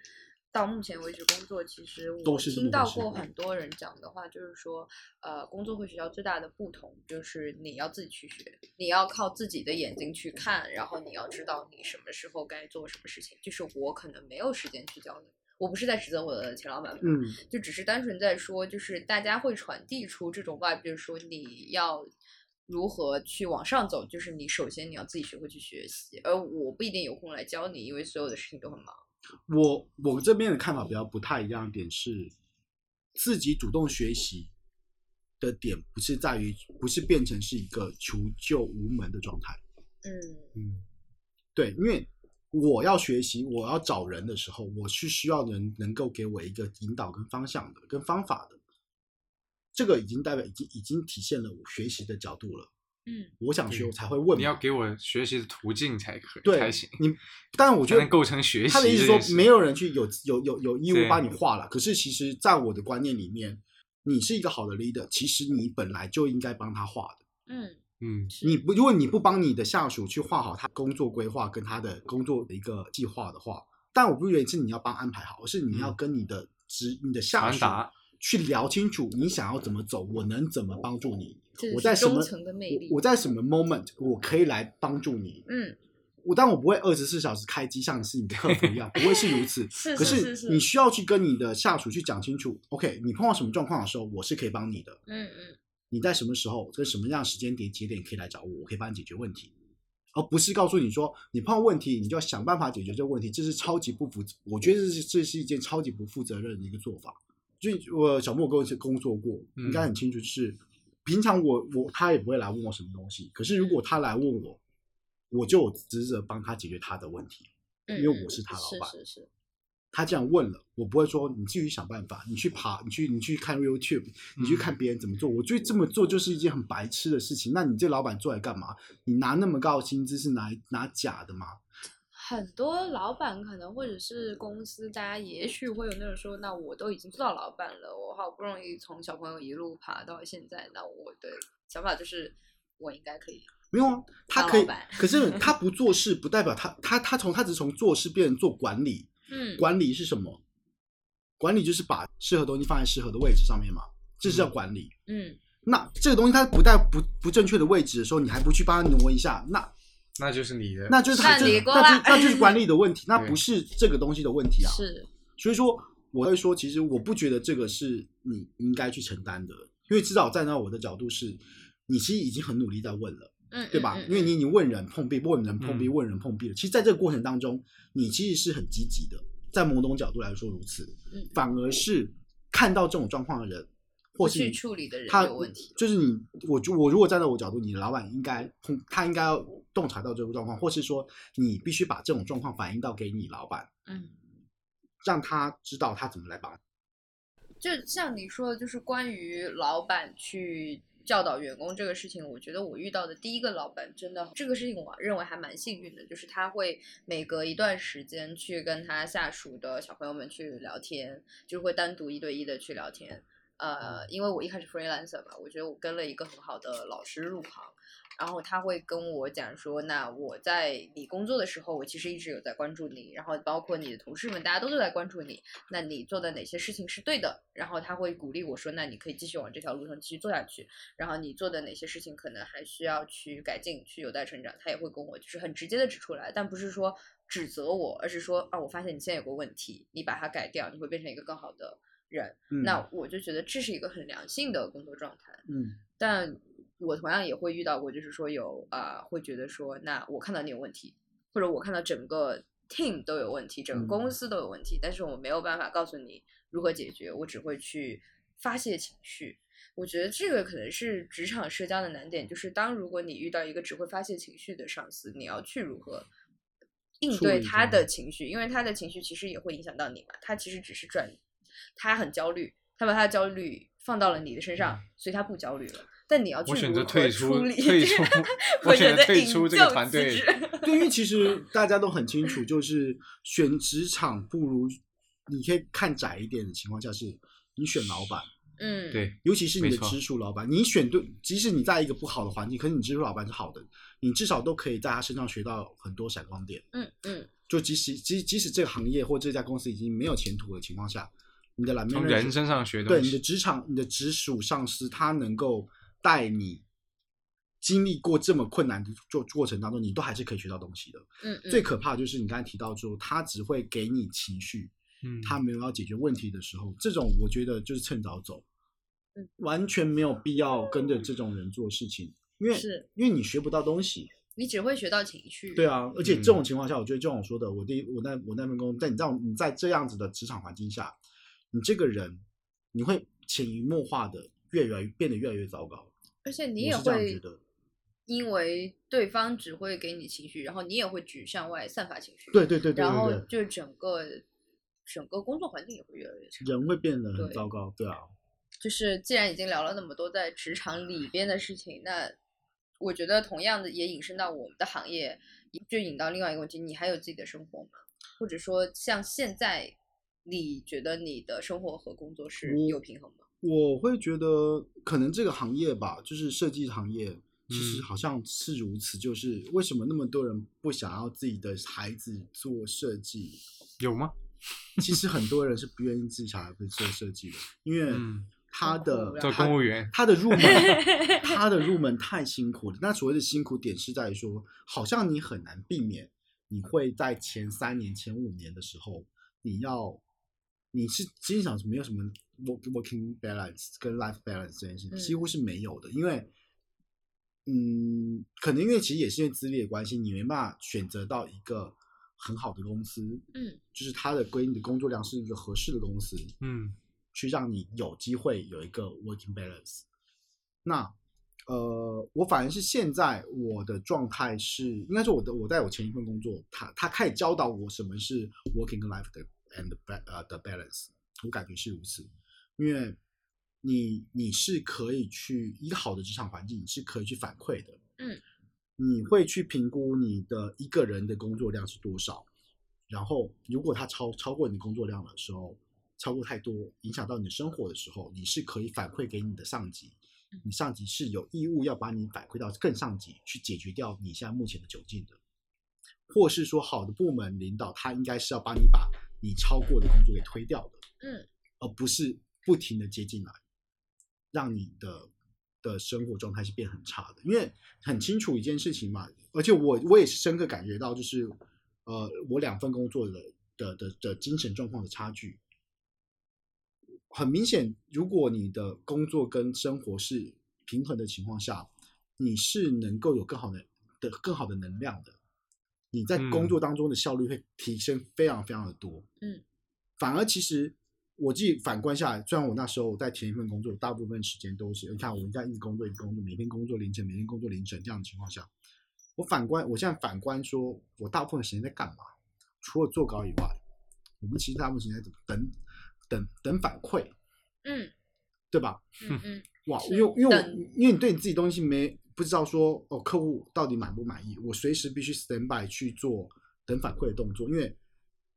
到目前为止工作，其实
都
我
是这
听
么回
到
事
过很多人讲的话，就是说呃工作和学校最大的不同就是你要自己去学，你要靠自己的眼睛去看，然后你要知道你什么时候该做什么事情，就是我可能没有时间去教你。我不是在指责我的前老板，们。
嗯，
就只是单纯在说，就是大家会传递出这种 vibe，就是说你要如何去往上走，就是你首先你要自己学会去学习，而我不一定有空来教你，因为所有的事情都很忙。
我我这边的看法比较不太一样的点是，自己主动学习的点不是在于不是变成是一个求救无门的状态。
嗯
嗯，对，因为我要学习，我要找人的时候，我是需要人能够给我一个引导跟方向的，跟方法的。这个已经代表已经已经体现了我学习的角度了。
嗯，
我想学，
对
我才会问嘛。
你要给我学习的途径才可以
对
才行，
你，但我
我
觉得
能构成学习。
他的意思说，没有人去有有有有义务
对
帮你画了。可是其实，在我的观念里面，你是一个好的 leader，其实你本来就应该帮他画的。
嗯，
嗯，
是
你不，如果你不帮你的下属去画好他工作规划跟他的工作的一个计划的话，但我不认为是你要帮安排好，而是你要跟你的职、你的下
嗯传
属
达
去聊清楚你想要怎么走，我能怎么帮助你，
这
我
就
在
是
什么
忠诚的魅力
我，我在什么 moment 我可以来帮助你。
嗯，
我但我不会二十四小时开机，像是你的客服一样，不会是如此。
是
可
是是
你需要去跟你的下属去讲清楚，OK，你碰到什么状况的时候，我是可以帮你的。
嗯嗯，
你在什么时候跟什么样的时间点节点可以来找我，我可以帮你解决问题，而不是告诉你说你碰到问题你就要想办法解决这个问题，这是超级不负，我觉得这是这是一件超级不负责任的一个做法。就我小莫跟我一起工作过，
嗯
应该很清楚，就是平常我我他也不会来问我什么东西，可是如果他来问我，我就有职责帮他解决他的问题。
嗯
因为我
嗯
是他老板
是是是，
他这样问了，我不会说你自己想办法，你去爬，你去你去看 YouTube，你去看别人怎么做。我觉得这么做就是一件很白痴的事情。那你这老板做来干嘛？你拿那么高的薪资是拿拿假的吗？
很多老板可能或者是公司，大家也许会有那种说，那我都已经做到老板了，我好不容易从小朋友一路爬到现在，那我的想法就是我应该可以。
没有啊，他
当
可以
老板，
可是 他不做事不代表他他他从他只是从做事变成做管理。
嗯，
管理是什么？管理就是把适合东西放在适合的位置上面嘛，这是叫管理。
嗯，
那这个东西它不在不不正确的位置的时候，你还不去帮它挪一下，那
那就是你的，
那就是他
那
这，
你
那
过
就
来
那就是管理的问题，那
对
不是这个东西的问题啊。
是，
所以说，我会说，其实我不觉得这个是你应该去承担的，因为至少站在我的角度是，你其实已经很努力在问了，
嗯，
对吧？
嗯
因为你已经问人碰壁，问人碰壁，
嗯
问人碰壁了。其实，在这个过程当中，你其实是很积极的，在某种角度来说如此，
嗯
反而是看到这种状况的人，或
不
是
去
你
处理的人
他
有问题。
就是你，我就我如果站在我角度，你的老板应该通，他应该要洞察到这个状况，或是说你必须把这种状况反映到给你老板，
嗯，
让他知道他怎么来帮。
就像你说的，就是关于老板去教导员工这个事情，我觉得我遇到的第一个老板真的这个事情，我认为还蛮幸运的，就是他会每隔一段时间去跟他下属的小朋友们去聊天，就是会单独一对一的去聊天。呃，因为我一开始 freelancer 嘛，我觉得我跟了一个很好的老师入行，然后他会跟我讲说，那我在你工作的时候，我其实一直有在关注你，然后包括你的同事们，大家都都在关注你，那你做的哪些事情是对的？然后他会鼓励我说，那你可以继续往这条路上继续做下去，然后你做的哪些事情可能还需要去改进、去有待成长，他也会跟我就是很直接的指出来，但不是说指责我，而是说啊，我发现你现在有个问题，你把它改掉，你会变成一个更好的人，
嗯
那我就觉得这是一个很良性的工作状态。
嗯
但我同样也会遇到过，就是说有啊、呃会觉得说，那我看到你有问题，或者我看到整个 team 都有问题，整个公
嗯
司都有问题，但是我没有办法告诉你如何解决，我只会去发泄情绪。我觉得这个可能是职场社交的难点，就是当如果你遇到一个只会发泄情绪的上司，你要去如何应
处
对
理
他
他
的情绪，因为他的情绪其实也会影响到你嘛。他其实只是转，他很焦虑，他把他的焦虑放到了你的身上，所以他不焦虑了。但你要去
嗯我选择
如何
退
处
出，
理
退
这
出，
个
我
我
选
选
择
择
退
引
出这个
咎
团
辞
队。
职
对，因为其实大家都很清楚，就是选职场不如你可以看窄一点的情况下是，你选老板，
嗯，
对，
尤其是你
没
的
错
直属老板，你选对，即使你在一个不好的环境，可是你直属老板是好的，你至少都可以在他身上学到很多闪光点。
嗯嗯，
就即使即即使这个行业或这家公司已经没有前途的情况下，你的蓝莓
从
认识
人身上学东
对你的
西。
职场、你的直属上司，他能够带你经历过这么困难的过过程当中，你都还是可以学到东西的。
嗯嗯
最可怕的就是你刚才提到之后，他只会给你情绪，
嗯，
他没有要解决问题的时候，这种我觉得就是趁早走
嗯，
完全没有必要跟着这种人做事情，因为
是
因为你学不到东西。
你只会学到情绪。
对
啊，
啊，而且这种情况下，我觉得就像我说的，我第一我那我那份工作，但你知道你在这样子的职场环境下，你这个人你会潜移默化的越来越变得越来越糟糕。
而且你
我
也
是这样觉
会
得。
因为对方只会给你情绪，然后你也会只向外散发情绪。
对对对对
然后
对对，
就整个整个工作环境也会越来越差。
人会变得很
对
糟糕。对啊，
就是既然已经聊了那么多在职场里边的事情，那我觉得同样的也引申到我们的行业，就引到另外一个问题：你还有自己的生活吗？或者说，像现在，你觉得你的生活和工作是
我
有平衡吗？
我会觉得可能这个行业吧，就是设计行业，其实
嗯
好像是如此。就是为什么那么多人不想要自己的孩子做设计？
有吗？
其实很多人是不愿意自己小孩子做设计的，因为
嗯
他的
痛苦啊
他
做公务员
他的入门，他的入门太辛苦了。那所谓的辛苦点是在于说，好像你很难避免，你会在前三年、前五年的时候，你要你是经常是没有什么 work working balance 跟 life balance 这件事，
嗯
几乎是没有的，因为。嗯，可能因为其实也是因为资历的关系，你没办法选择到一个很好的公司，
嗯，
就是它的给你的工作量是一个合适的公司，
嗯，
去让你有机会有一个 working balance。那呃，我反而是现在我的状态是，应该说我的我在我前一份工作，他他开始教导我什么是 working life 的 and the ba- 呃的 balance，我感觉是如此，因为你你是可以去一个好的职场环境，你是可以去反馈的，
嗯，
你会去评估你的一个人的工作量是多少，然后如果他超超过你的工作量的时候，超过太多，影响到你的生活的时候，你是可以反馈给你的上级，你上级是有义务要把你反馈到更上级去解决掉你现在目前的窘境的，或是说好的部门领导他应该是要帮你把你超过的工作给推掉的，
嗯，
而不是不停的接进来，让你的的生活状态是变很差的，因为很清楚一件事情嘛，而且我我也是深刻感觉到就是。呃，我两份工作的的的的精神状况的差距，很明显，如果你的工作跟生活是平衡的情况下，你是能够有更好的的更好的能量的，你在工
嗯
作当中的效率会提升非常非常的多。
嗯，
反而其实我自己反观下来，虽然我那时候在前一份工作，大部分时间都是你看我们在一直工作一直工作，每天工作凌晨，每天工作凌晨这样的情况下，我反观我现在反观说，我大部分时间在干嘛？除了做稿以外，我们其实大部分时间在等等等反馈，
嗯
对吧？
嗯嗯，
哇，
是
因为因为我
等
因为你对你自己东西没不知道说哦，客户到底满不满意，我随时必须 stand by 去做等反馈的动作，因为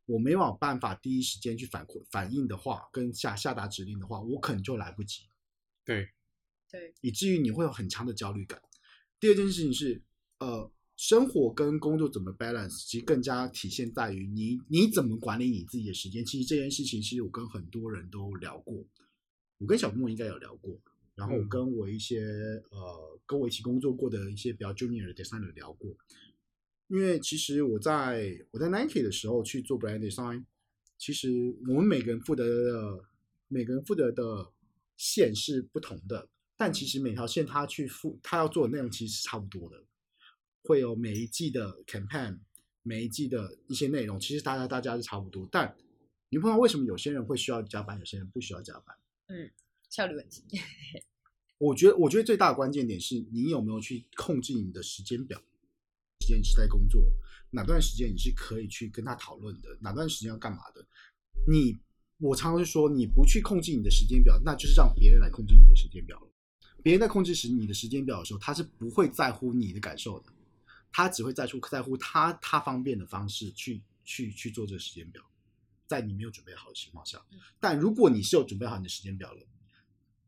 我没有办法第一时间去反馈反应的话，跟下下达指令的话，我可能就来不及，
对，
对，
以至于你会有很强的焦虑感。第二件事情是，呃，生活跟工作怎么 balance，其实更加体现在于你你怎么管理你自己的时间。其实这件事情，其实我跟很多人都聊过，我跟小莫应该有聊过，然后我
嗯
跟我一些、呃跟我一起工作过的一些比较 junior 的 designer 聊过，因为其实我在我在 Nike 的时候去做 brand design，其实我们每个人负责的每个人负责的线是不同的，但其实每条线他去负他要做的内容其实是差不多的，会有每一季的 campaign，每一季的一些内容，其实大家大家是差不多，但你不知道为什么有些人会需要加班，有些人不需要加班。
效率问题。
我觉得，我觉得最大的关键点是你有没有去控制你的时间表，时间你是在工作，哪段时间你是可以去跟他讨论的，哪段时间要干嘛的。你，我常常就说，你不去控制你的时间表，那就是让别人来控制你的时间表了。别人在控制时你的时间表的时候，他是不会在乎你的感受的，他只会在乎在乎他他方便的方式去去去做这个时间表，在你没有准备好的情况下。但如果你是有准备好你的时间表了，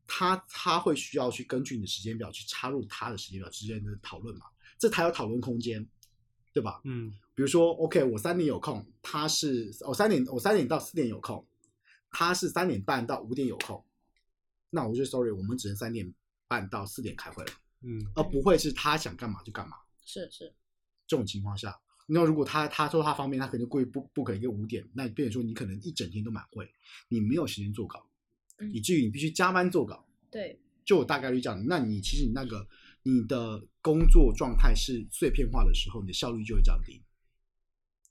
他他会需要去根据你的时间表去插入他的时间表之间的讨论嘛，这才有讨论空间，对吧？
嗯，
比如说，OK，我三点有空，他是我、三点我三点到四点有空，他是三点半到五点有空，那我就 sorry，我们只能三点半到四点开会了，
嗯，
而不会是他想干嘛就干嘛。
是是，
这种情况下，那如果他他说他方便，他可能故意不不给一个五点，那变成说你可能一整天都满会，你没有时间做稿，
嗯
以至于你必须加班做稿。
对，
就有大概率这样。那你其实你那个你的工作状态是碎片化的时候，你的效率就会降低。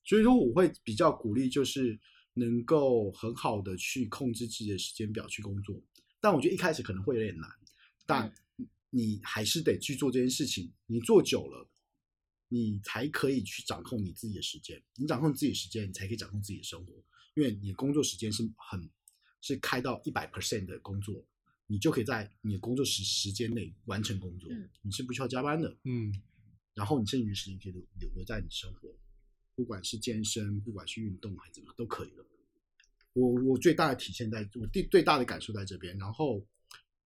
所以说，我会比较鼓励就是能够很好的去控制自己的时间表去工作。但我觉得一开始可能会有点难，但你还是得去做这件事情。你做久了，你才可以去掌控你自己的时间。你掌控自己的时间，你才可以掌控自己的生活，因为你的工作时间是很是开到一百 percent 的工作，你就可以在你的工作时时间内完成工作，
嗯
你是不需要加班的。
嗯，
然后你剩余的时间可以留留留在你生活，不管是健身，不管是运动还是怎么样都可以的。我我最大的体现在我最最大的感受在这边，然后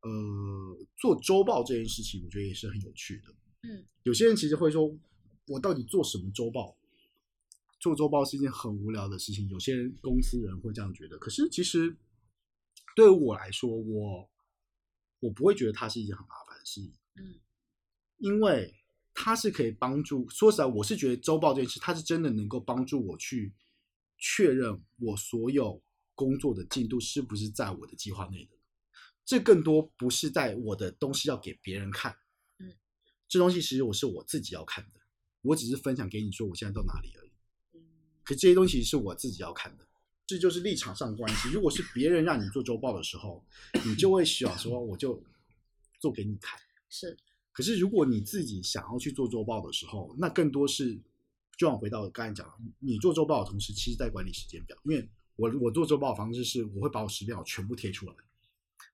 呃，做周报这件事情，我觉得也是很有趣的。
嗯，
有些人其实会说，我到底做什么周报？做周报是一件很无聊的事情，有些人公司人会这样觉得。可是其实对于我来说，我我不会觉得它是一件很麻烦的事情。
嗯，
因为它是可以帮助。说实在，我是觉得周报这件事，它是真的能够帮助我去确认我所有工作的进度是不是在我的计划内的。这更多不是在我的东西要给别人看，
嗯，
这东西其实我是我自己要看的，我只是分享给你说我现在到哪里而已。
嗯
可这些东西是我自己要看的，这就是立场上的关系。如果是别人让你做周报的时候，你就会想说我就做给你看。
是
可是如果你自己想要去做周报的时候，那更多是，就像回到我刚才讲的，你做周报的同时，其实在管理时间表。因为我我做周报的方式是，我会把我时间表全部贴出来，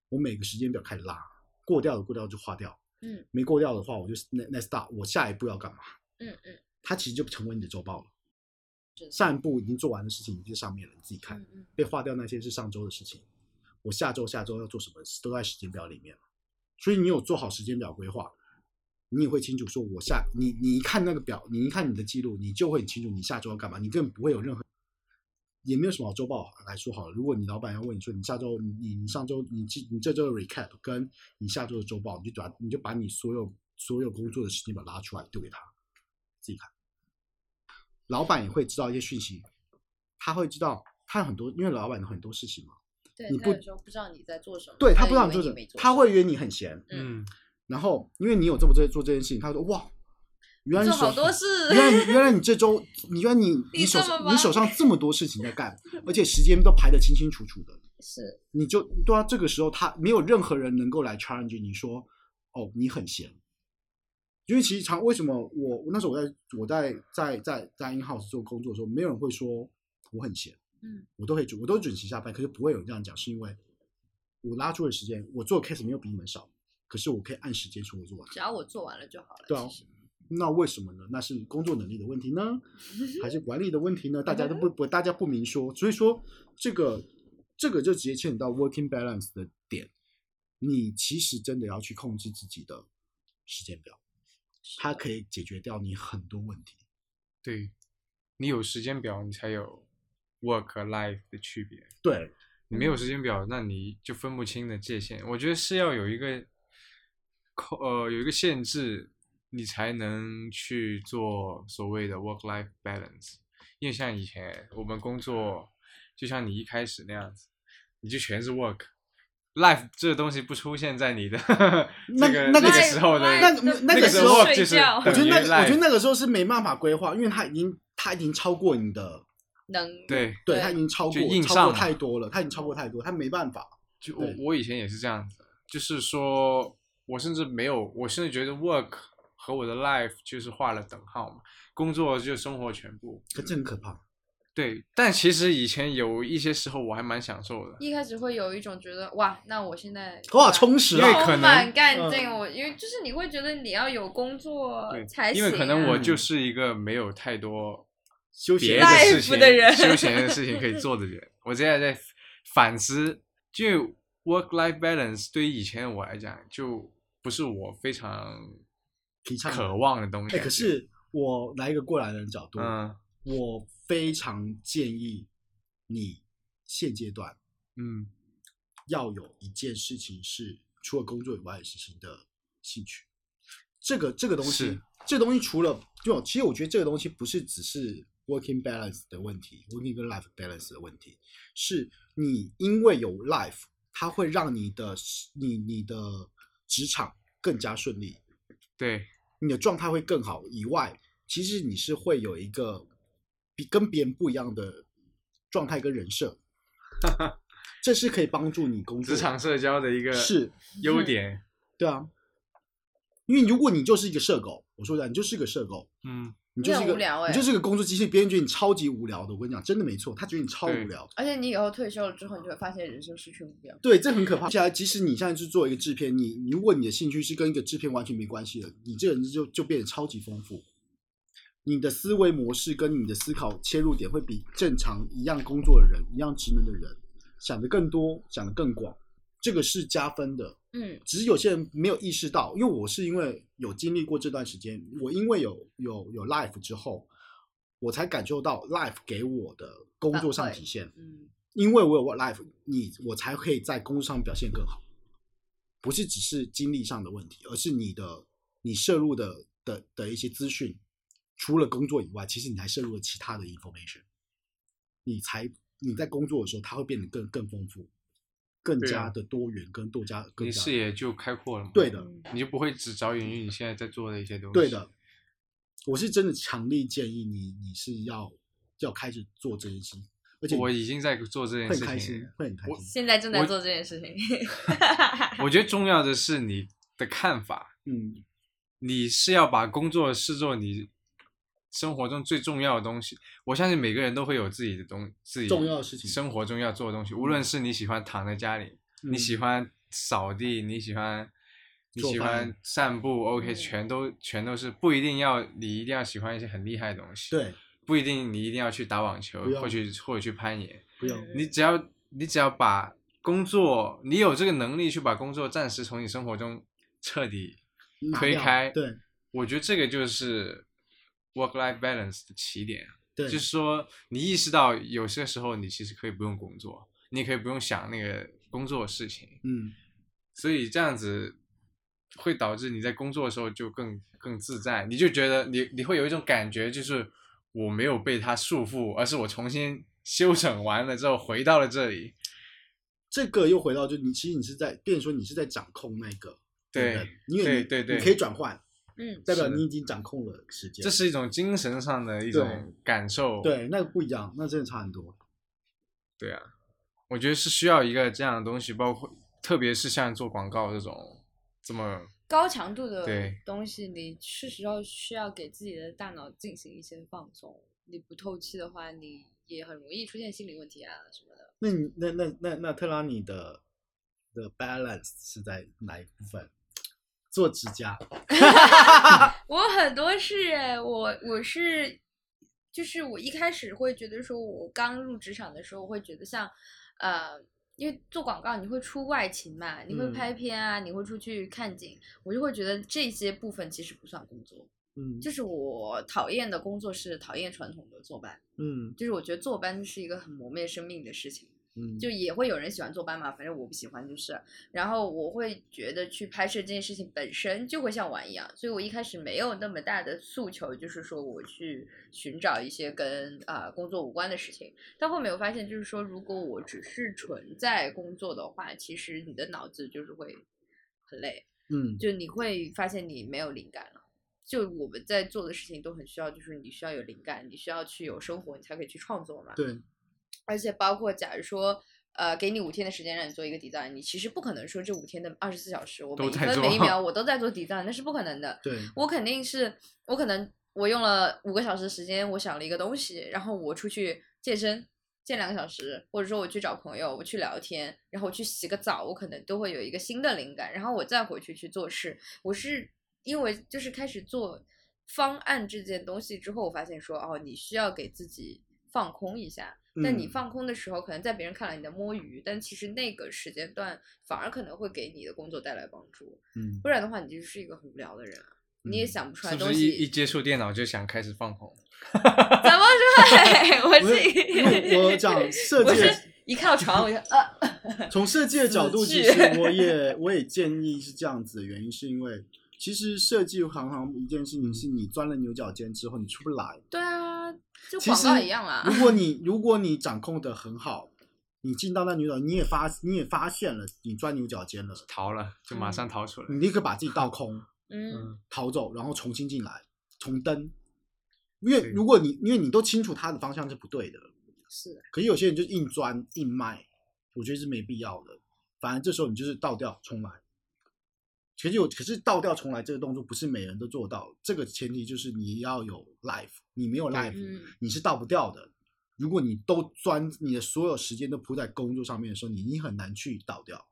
我每个时间表开始拉，过掉的过掉就划掉，
嗯，
没过掉的话，我就 ne- next stop，我下一步要干嘛？
嗯嗯
它其实就成为你的周报了。
是的
上一步已经做完的事情已经在上面了，你自己看。
嗯嗯，
被划掉那些是上周的事情，我下周下周要做什么都在时间表里面了。所以你有做好时间表规划，你也会清楚说，我下你你一看那个表，你一看你的记录，你就会很清楚你下周要干嘛，你根本不会有任何，也没有什么好周报来说好了。如果你老板要问你说你下周你你上周你记你这周的 recap 跟你下周的周报，你就把你就把你所有所有工作的时间表拉出来丢给他，自己看。老板也会知道一些讯息，他会知道他很多，因为老板有很多事情嘛，
对，
你
他
不
有时候不知道你在做什么，
对他
他
不让
以
你做
为
这
没，做
他
什
会
么
约你很闲，
嗯，
然后因为你有这么做做这件事情，他说哇，原来你
做
手
好多
上
事，
原来原来你这周，你原来你
你
你手
这么
上你
忙
手上这么多事情在干，而且时间都排得清清楚楚的，
是
你就对啊，这个时候他没有任何人能够来 challenge 你说，哦，你很闲。因为其实常为什么我我那时候我在我在在在在 in house 做工作的时候，没有人会说我很闲，
嗯，
我都会准我都准时下班，可是不会有人这样讲，是因为我拉出的时间，我做的 case 没有比你们少，可是我可以按时间出我做完。
只要我做完了就好了。
对啊
其实
那为什么呢？那是工作能力的问题呢，还是管理的问题呢？大家 都不不，大家不明说。所以说，这个这个就直接牵扯到 working balance 的点。你其实真的要去控制自己的时间表，它可以解决掉你很多问题。
对，你有时间表，你才有 work life 的区别。
对，
你
嗯
没有时间表，那你就分不清的界限。我觉得是要有一个扣，呃，有一个限制，你才能去做所谓的 work life balance。因为像以前我们工作，就像你一开始那样子，你就全是 work， life 这个东西不出现在你的
那
这个
那个
这个
是
时候的
那那个
个
时
时
候
候
睡
就是
我觉得那
等于
个我觉得
life
那个时候是没办法规划，因为它已经它已经超过你的，
能
对，
对，
对
它已经超
就
过
硬
超
上
过
了
太多了，它已经超过太多，它没办法。
就我
对
我以前也是这样子，就是说我甚至没有，我甚至觉得 work 和我的 life 就是画了等号嘛，工作就是生活全部。
可这很可怕。
对，但其实以前有一些时候我还蛮享受的，
一开始会有一种觉得哇，那我现在
哇，充实
因为
啊！
可
充满
能
干
嗯
劲，我因为就是你会觉得你要有工作
哦
对
才行
因
啊、
为可能我
嗯
就是一个没有太多
休
别
闲
的
赖
事
Life
情、
的人
休闲的事情可以做的人。我现在在反思，就 work life balance 对于以前的我来讲，就不是我非常
提倡的
渴望的东西。
哎，可是我来一个过来人的角度，
嗯
我非常建议你现阶段
嗯，
要有一件事情是除了工作以外的事情的兴趣。这个这个东西
是，
这个东西除了就其实我觉得这个东西不是只是 working balance 的问题，working 跟 life balance 的问题，是你因为有 life，它会让你的你你的职场更加顺利，
对，
你的状态会更好以外，其实你是会有一个比跟别人不一样的状态跟人 设，这是可以帮助你工作
职场社交的一个
是
优点。
对啊，因为如果你就是一个社狗，我说的，你就是一个社狗，
嗯，
你就是一
很
个
无聊欸
你就是一个工作机器，别人觉得你超级无聊的。我跟你讲，真的没错，他觉得你超
对
无聊。
而且你以后退休了之后，你就会发现人生失去目标。
对，这很可怕。接下来，即使你现在去做一个制片，你你如果你的兴趣是跟一个制片完全没关系的，你这个人就就变得超级丰富。你的思维模式跟你的思考切入点会比正常一样工作的人、一样职能的人想的更多、想的更广，这个是加分的。
嗯，
只是有些人没有意识到，因为我是因为有经历过这段时间，我因为有有有 life 之后，我才感受到 life 给我的工作上
反馈
体现。
嗯，
因为我有 life，你我才可以在工作上表现更好，不是只是精力上的问题，而是你的你摄入的的的一些资讯，除了工作以外，其实你还摄入了其他的 information，你才你在工作的时候，它会变得更更丰富，更
对啊
加的多元跟多加更
你
加
视野就开阔了嘛。
对的，
你就不会只着眼于你现在在做的一些东西。
对的，，我是真的强力建议你，你是要要开始做这件事，而且
我已经在做这
会
件
很
事
开
情
心
了。，
会很开
我
心，
现在正在
我
做这件事情。
我觉得重要的是你的看法，
嗯。
你是要把工作视作你生活中最重要的东西。我相信每个人都会有自己的东自己
重要的事情嗯
生活中要做的东西。无论是你喜欢躺在家里，你喜欢扫地，你喜欢你
做
喜
饭
欢散步，OK，
嗯
全都全都是不一定要你一定要喜欢一些很厉害的东西，，
对，
不一定你一定要去打网球
不要
或去或者去攀岩，
不用
嗯
你只要你只要把工作，你有这个能力去把工作暂时从你生活中彻底
拿
推
掉
开，
对
我觉得这个就是 work life balance 的起点。
对，
就是说你意识到有些时候你其实可以不用工作，你也可以不用想那个工作的事情，
嗯，
所以这样子会导致你在工作的时候就更更自在，你就觉得你你会有一种感觉，就是我没有被它束缚，而是我重新修整完了之后回到了这里。
这个又回到就你其实你是在，变成说你是在掌控那个
对
人，因为
对
你
对对
你可以转换，
嗯，
代表
是的
你已经掌控了时间，
这是一种精神上的一种感受。
对那个不一样，那真的差很多。
对啊，我觉得是需要一个这样的东西，包括特别是像做广告这种这么
高强度的
对
东西，你是时候需要给自己的大脑进行一些放松。你不透气的话，你也很容易出现心理问题啊什么的。
那你那那那那特拉你的的 balance 是在哪一部分？做指甲，
我很多事哎，我我是，就是我一开始会觉得说，我刚入职场的时候，我会觉得像，呃，因为做广告你会出外勤嘛，你会
嗯
拍片啊，你会出去看景，我就会觉得这些部分其实不算工作。
嗯
就是我讨厌的工作是讨厌传统的坐班，
嗯
就是我觉得坐班是一个很磨灭生命的事情。
嗯嗯，
就也会有人喜欢坐斑马，反正我不喜欢就是。然后我会觉得去拍摄这件事情本身就会像玩一样，所以我一开始没有那么大的诉求，就是说我去寻找一些跟啊、呃工作无关的事情。但后面我发现，就是说如果我只是纯在工作的话，其实你的脑子就是会很累，
嗯，
就你会发现你没有灵感了。就我们在做的事情都很需要，就是你需要有灵感，你需要去有生活，你才可以去创作嘛。
对，
而且包括假如说，呃，给你五天的时间让你做一个 design，你其实不可能说这五天的二十四小时，我
都
每一
在
分
做
每一 秒我都在做 design，那是不可能的。
对，
我肯定是，我可能我用了五个小时的时间，我想了一个东西，然后我出去健身。健两个小时，或者说我去找朋友，我去聊天，然后我去洗个澡，我可能都会有一个新的灵感，然后我再回去去做事。我是因为就是开始做方案这件东西之后，我发现说哦，你需要给自己放空一下，但你
嗯
放空的时候，可能在别人看来你在摸鱼，但其实那个时间段反而可能会给你的工作带来帮助。
嗯
不，然的话，你就是一个很无聊的人啊，你也
嗯
想不出来
是不
东
是
西。
一一接触电脑就想开始放空？
怎么说？ 我
不是因为我
是
讲设
我
计的
是 一看到床我就呃，
从设计的角度，
死
其
去
实我也 我也建议是这样子的原因，是因为其实设计行行一件事
嗯
情是你钻了牛角尖之后你出不来。
对啊，就
其
广
实
告一样啊啦。
如果你如果你掌控的很好，你进到那牛角，你也发你也发现了你钻牛角尖了，
逃了就马上逃出来。
你立刻把自己倒空，
嗯，
逃走，然后重新进来，重登。因为
对
如果你因为你都清楚它的方向是不对的，
是的，
可是有些人就硬钻硬卖，我觉得是没必要的。反正这时候你就是倒掉重来。可是有，可是倒掉重来这个动作不是每人都做到，这个前提就是你要有 life，你没有 life，、
嗯，
你是倒不掉的。如果你都钻你的所有时间都扑在工作上面的时候，你你很难去倒掉。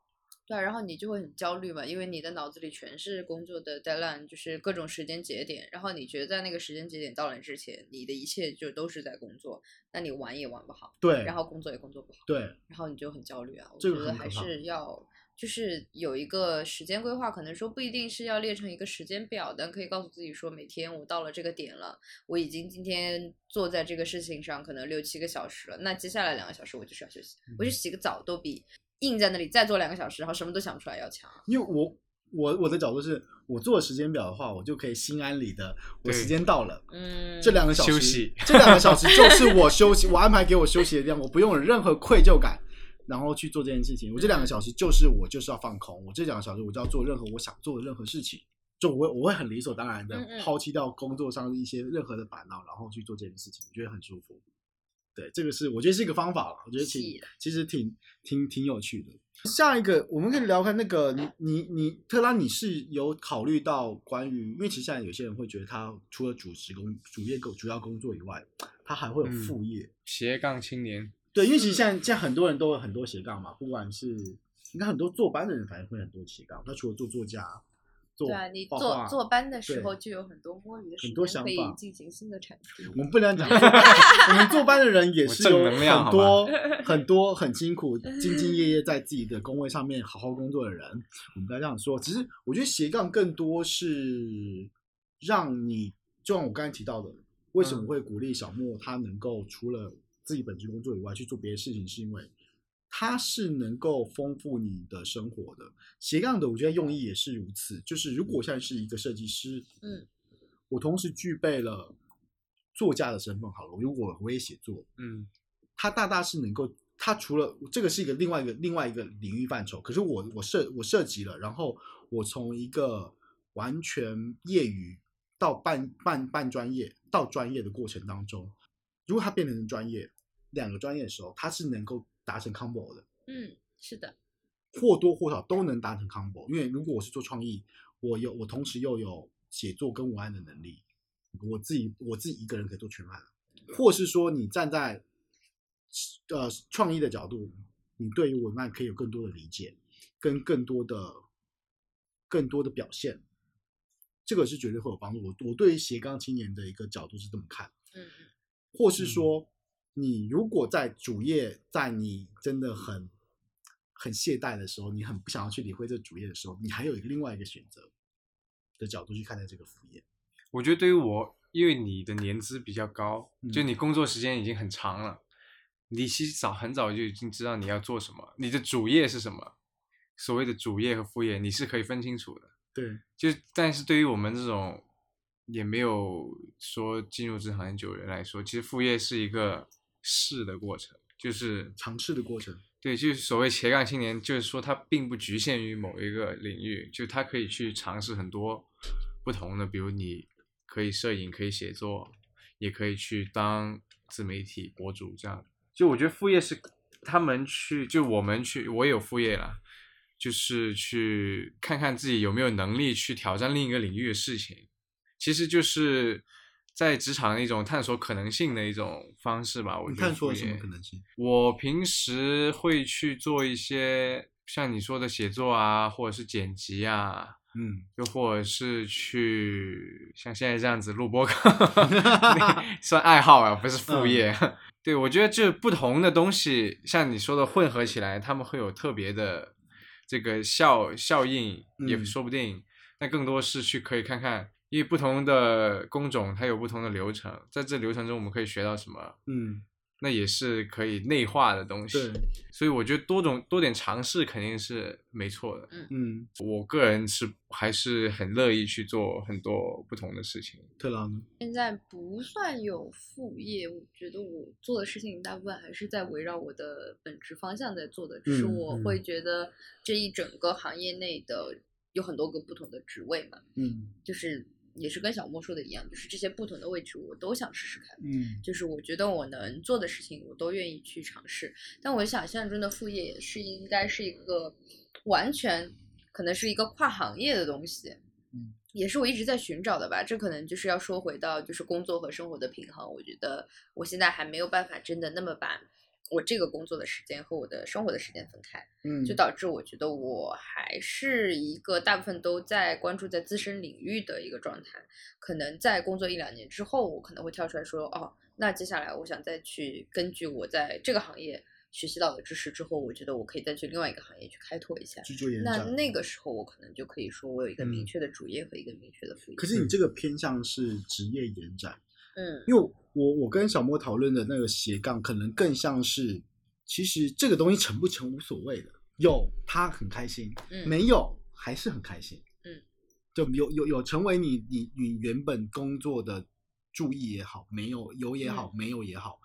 对啊，然后你就会很焦虑嘛，因为你的脑子里全是工作的 deadline，就是各种时间节点，然后你觉得在那个时间节点到来之前，你的一切就都是在工作，那你玩也玩不好，
对，
然后工作也工作不好。
对，
然后你就很焦虑啊。我
这
觉
个
得
很可
还
怕
是要就是有一个时间规划，可能说不一定是要列成一个时间表，但可以告诉自己说，每天我到了这个点了，我已经今天坐在这个事情上可能六七个小时了，那接下来两个小时我就是要休息，我
嗯
去洗个澡都比硬在那里再坐两个小时，然后什么都想不出来要强。啊
因为我我我的角度是我做时间表的话，我就可以心安理得，我
对
时间到了，
嗯，
这两个小时
休息
这两个小时就是我休息，我安排给我休息的地方，我不用有任何愧疚感，然后去做这件事情。我这两个小时就是我就是要放空，我这两个小时我就要做任何我想做的任何事情，就我会我会很理所当然
嗯
的
嗯
抛弃掉工作上的一些任何的烦恼，然后去做这件事情，我觉得很舒服。对，这个是我觉得是一个方法了，我觉得挺
是
其实挺挺挺有趣的。下一个，我们可以聊看那个你你你特拉，你是有考虑到关于，因为其实现在有些人会觉得他除了主职工主业工主要工作以外，他还会有
嗯
副业。
斜杠青年，
对，因为其实现在现在很多人都有很多斜杠嘛，不管是应该很多坐班的人，反正会很多斜杠。他除了做作家，做
对啊，你
画
坐
画
坐班的时
对
候就有很多摸鱼的时
很多
间
想
可以
法
进行新的产出。
我们不能讲坐班，我们坐班的人也是
我
有
正能量
很多 很多很辛苦、兢兢业业在自己的工位上面好好工作的人。我们不要这样说，只是我觉得斜杠更多是让你，就像我刚才提到的，为什么
嗯
会鼓励小莫他能够除了自己本职工作以外去做别的事情，是因为它是能够丰富你的生活的。斜杠的，我觉得用意也是如此，就是如果我现在是一个设计师，
嗯，
我同时具备了作家的身份，好了，如果我也写作，
嗯，
它大大是能够，它除了这个是一个另外一个另外一个领域范畴，可是我我涉我涉及了，然后我从一个完全业余到半半半专业到专业的过程当中，如果它变成专业，两个专业的时候，它是能够达成 combo 的，
嗯，是的，
或多或少都能达成 combo。因为如果我是做创意，我有我同时又有写作跟文案的能力，我自己我自己一个人可以做全案，或是说你站在呃创意的角度，你对于文案可以有更多的理解，跟更多的更多的表现，这个是绝对会有帮助。我我对于斜杠青年的一个角度是这么看。
嗯嗯。
或是说，你如果在主业，在你真的很很懈怠的时候，你很不想要去理会这主业的时候，你还有一个另外一个选择的角度去看待这个副业。
我觉得对于我，因为你的年资比较高，就
嗯
你工作时间已经很长了，你其实早很早就已经知道你要做什么，你的主业是什么，所谓的主业和副业你是可以分清楚的。
对，
就但是对于我们这种也没有说进入这行业久的人来说，其实副业是一个试的过程，就是
尝试的过程。
对，就是所谓斜杠青年，就是说他并不局限于某一个领域，就他可以去尝试很多不同的，比如你可以摄影，可以写作，也可以去当自媒体博主这样。就我觉得副业是他们去，就我们去，我也有副业啦，就是去看看自己有没有能力去挑战另一个领域的事情，其实就是。在职场的一种探索可能性的一种方式吧，我
你
觉得
探索
副
了什么
业
可能性？
我平时会去做一些像你说的写作啊，或者是剪辑啊，
嗯，
又或者是去像现在这样子录播课， 算爱好啊，不是副
嗯
业。 对，我觉得这不同的东西，像你说的混合起来，他们会有特别的这个效效应，也
嗯
说不定。那更多是去可以看看，因为不同的工种它有不同的流程，在这流程中我们可以学到什么。
嗯，
那也是可以内化的东西
对。，
所以我觉得多种多点尝试肯定是没错的。
嗯，
我个人是还是很乐意去做很多不同的事情。
特朗呢？
现在不算有副业，我觉得我做的事情大部分还是在围绕我的本职方向在做的，只是
嗯
我
嗯
会觉得这一整个行业内的有很多个不同的职位嘛，
嗯
就是也是跟小莫说的一样，就是这些不同的位置我都想试试看。
嗯
就是我觉得我能做的事情，我都愿意去尝试。但我想象中的副业也是应该是一个完全可能是一个跨行业的东西，
嗯，
也是我一直在寻找的吧。这可能就是要说回到就是工作和生活的平衡。我觉得我现在还没有办法真的那么把我这个工作的时间和我的生活的时间分开。
嗯，
就导致我觉得我还是一个大部分都在关注在自身领域的一个状态。可能在工作一两年之后，我可能会跳出来说，哦，那接下来我想再去根据我在这个行业学习到的知识之后，我觉得我可以再去另外一个行业去开拓一下。
去做延
那
展。
那个时候，我可能就可以说我有一个
嗯
明确的主业和一个明确的副业。
可是你这个偏向是职业延展，
嗯，
因为我我跟小莫讨论的那个斜杠，可能更像是，其实这个东西成不成无所谓的，有他很开心，
嗯
没有还是很开心，
嗯，
就有有有成为你你你原本工作的注意也好，没有有也好，
嗯
没有也好，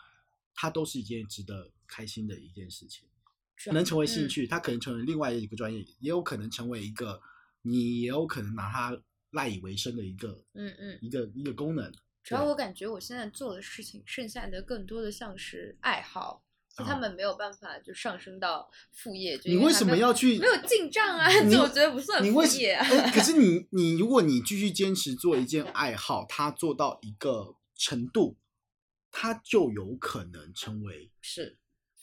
它都是一件值得开心的一件事情，
是啊
能成为兴
嗯
趣，它可能成为另外一个专业，也有可能成为一个你也有可能拿它赖以为生的一个
嗯嗯，
一个一个功能，
主要
对
我感觉我现在做的事情，剩下的更多的像是爱好，就他
哦
们没有办法就上升到副业。就
你
因
为
它
什
没
么
有
要去
没有进账啊，
你
这我觉得不算
你
副
为什
业啊。
哎可是你你如果你继续坚持做一件爱好，它做到一个程度，它就有可能成 为
是，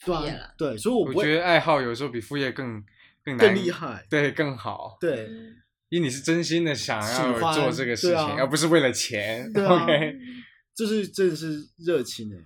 对
业
啊
了
对，所以我
我
不会
觉得爱好有时候比副业更更
更
难
厉，害，
对，更好。
嗯
对
因为你是真心的想
喜
要
欢
做这个事
对
情，
啊
而不是为了钱。
对啊
OK，
这是真的是热情哎、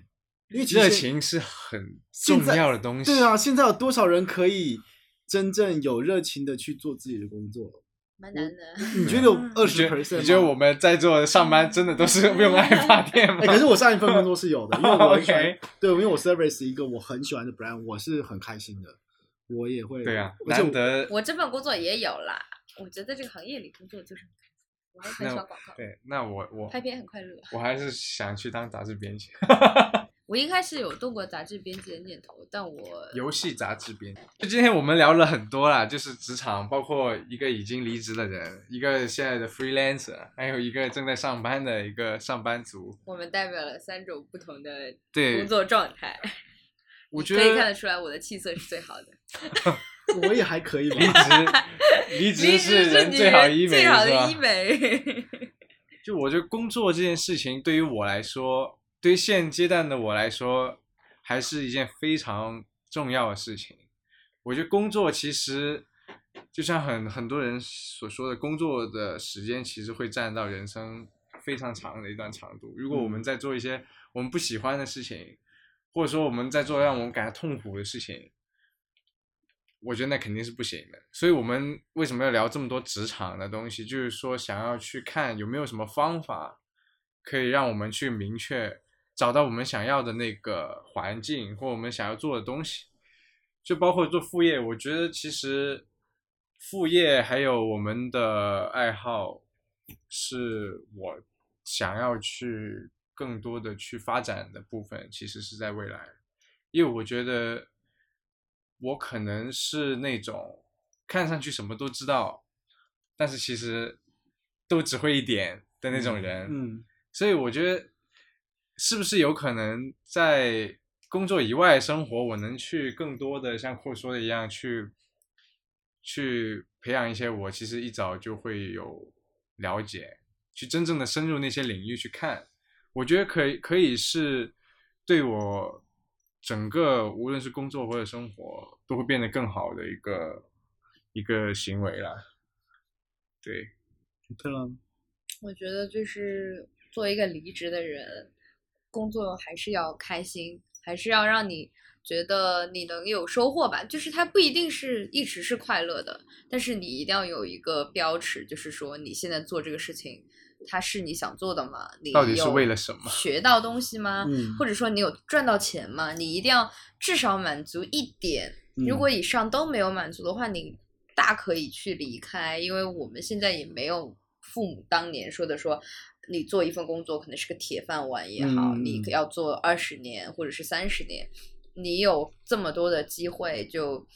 因为其实
热情是很
现
重
在
要的东西。
对啊，，现在有多少人可以真正有热情的去做自己的工作？
蛮难的。
你觉得有二
嗯你觉
十
得
percent？
你觉得我们在座的上班真的都是 用爱发电吗？
哎、可是我上一份工作是有的，因为我很喜欢
OK
对，因为我 service 一个我很喜欢的 brand，我是很开心的，我也会
对呀、
而且我
难得
我这份工作也有啦，我觉得这个行业里工作就是很开心，我还很喜
那
欢广告，
对，那我我
拍片很快乐。
我还是想去当杂志编辑，
我一开始有动过杂志编辑的念头，但我
游戏杂志编辑。就今天我们聊了很多啦，就是职场，包括一个已经离职的人，一个现在的 freelancer，还有一个正在上班的一个上班族。
我们代表了三种不同的工
对，
作状态，
我
你
觉
可以看得
得
出来我的气色是最好的。
我也还可以吧
离。职 离
离
职
职
是人
你
最好医美，
最好
是吧
的医美。
就我觉得工作这件事情对于我来说，对于现阶段的我来说，还是一件非常重要的事情。我觉得工作其实就像很很多人所说的，工作的时间其实会占到人生非常长的一段长度。如果我们在做一些我们不喜欢的事情，或者说我们在做让我们感到痛苦的事情，我觉得那肯定是不行的。所以我们为什么要聊这么多职场的东西？就是说想要去看有没有什么方法可以让我们去明确找到我们想要的那个环境或我们想要做的东西，就包括做副业。我觉得其实副业还有我们的爱好，是我想要去更多的去发展的部分，其实是在未来，因为我觉得我可能是那种看上去什么都知道，但是其实都只会一点的 那种人。
嗯，
所以我觉得，是不是有可能在工作以外生活，我能去更多的像库说的一样，去去培养一些我其实一早就会有了解，去真正的深入那些领域去看。我觉得可以，可以是对我整个无论是工作或者生活都会变得更好的一个一个行为啦。对，
对了，
我觉得就是作为一个离职的人，工作还是要开心，还是要让你觉得你能有收获吧。就是它不一定是一直是快乐的，但是你一定要有一个标尺，就是说你现在做这个事情，它是你想做的吗？你
到底是
有
为了什么？
学到东西吗？
嗯
啊或者说你有赚到钱吗？你一定要至少满足一点。如
嗯
果以上都没有满足的话，你大可以去离开，因为我们现在也没有父母当年说的说，你做一份工作可能是个铁饭碗也好，
嗯
你要做二十年或者是三十年，你有这么多的机会就，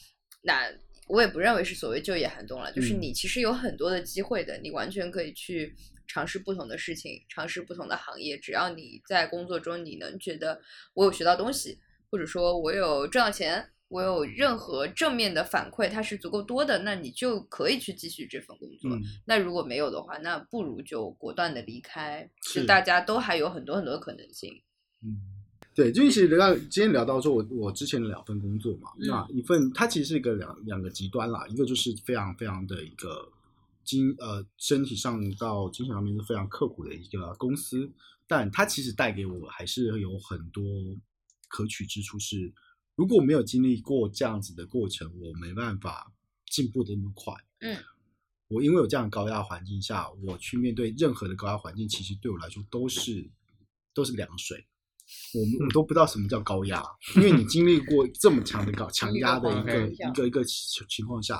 那我也不认为是所谓就业寒冬了，就是
嗯
你其实有很多的机会的，你完全可以去尝试不同的事情，尝试不同的行业，只要你在工作中你能觉得我有学到东西，或者说我有挣到钱，我有任何正面的反馈，它是足够多的，那你就可以去继续这份工作。
嗯，
那如果没有的话，那不如就果断的离开，就是大家都还有很多很多的可能性。
嗯，对，就其实聊到今天聊到说我我之前的两份工作嘛，
嗯
那一份它其实是一个两两个极端啦，一个就是非常非常的一个精呃身体上到精神上面是非常刻苦的一个公司，但它其实带给我还是有很多可取之处是，如果没有经历过这样子的过程，我没办法进步的那么快。
嗯。
我因为有这样的高压环境下，我去面对任何的高压环境，其实对我来说都是都是凉水。我
嗯
们我都不知道什么叫高压，因为你经历过这么强的高强压的一个
经历过
一个一个情情况下，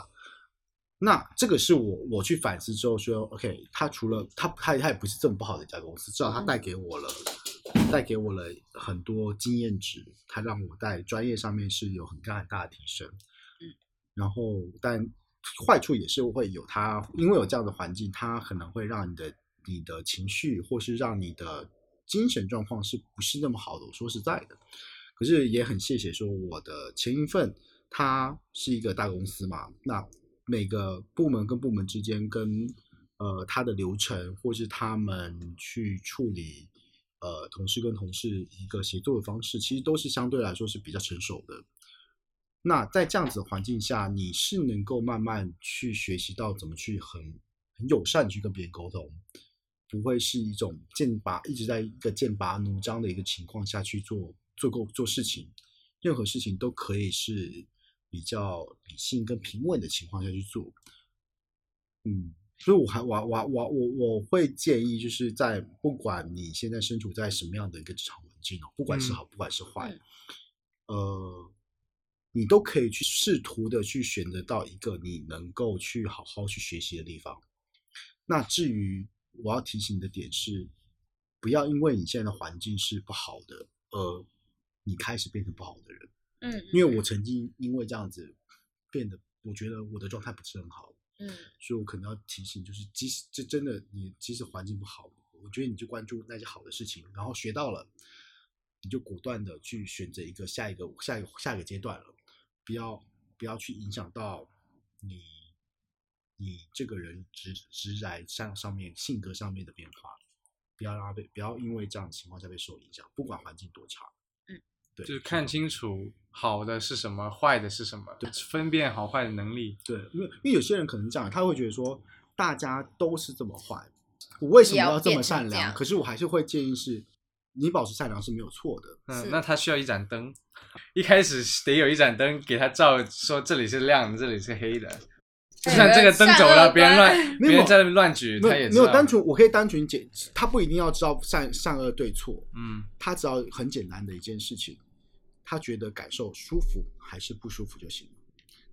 那这个是我我去反思之后说，OK，他除了他他他也不是这么不好的一家公司，至少他带给我了带给我了很多经验值，他让我在专业上面是有很大很大的提升。然后但坏处也是会有它，因为有这样的环境，它可能会让你的你的情绪或是让你的精神状况是不是那么好的。我说实在的，可是也很谢谢说我的前一份，它是一个大公司嘛，那每个部门跟部门之间跟呃它的流程或是他们去处理。呃，同事跟同事一个协作的方式，其实都是相对来说是比较成熟的。那在这样子的环境下，你是能够慢慢去学习到怎么去很很友善地去跟别人沟通，不会是一种剑拔一直在一个剑拔弩张的一个情况下去做做够做事情，任何事情都可以是比较理性跟平稳的情况下去做。嗯，所以我还我我我我我会建议，就是在不管你现在身处在什么样的一个职场环境哦，不管是
嗯
好，不管是坏，
嗯
呃，你都可以去试图的去选择到一个你能够去好好去学习的地方。那至于我要提醒的点是，不要因为你现在的环境是不好的，而你开始变成不好的人。
嗯，
因为我曾经因为这样子变得，我觉得我的状态不是很好，
嗯，
所以我可能要提醒，就是即使这真的你即使环境不好，我觉得你就关注那些好的事情，然后学到了，你就果断的去选择一个下一个下一个下一个阶段了，不要不要去影响到你你这个人直直来上上面性格上面的变化，不要让他被不要因为这样的情况下被受影响，不管环境多差。
嗯，
对，
就是看清楚好的是什么，坏的是什么，分辨好坏的能力。
对，因为因为有些人可能这样，他会觉得说大家都是这么坏，我为什么
也要
要这
变
么
成
善
这
良？
样
可是我还是会建议是，你保持善良是没有错的。
嗯
是，
那他需要一盏灯，一开始得有一盏灯给他照，说这里是亮的，这里是黑的。
哎
就像这个灯走了，别 人乱，
没有
别人在那边乱举，
没
他也
有
知
没
道
有单纯，我可以单纯解，他不一定要知道善善恶对错，
嗯
他只要很简单的一件事情，他觉得感受舒服还是不舒服就行了。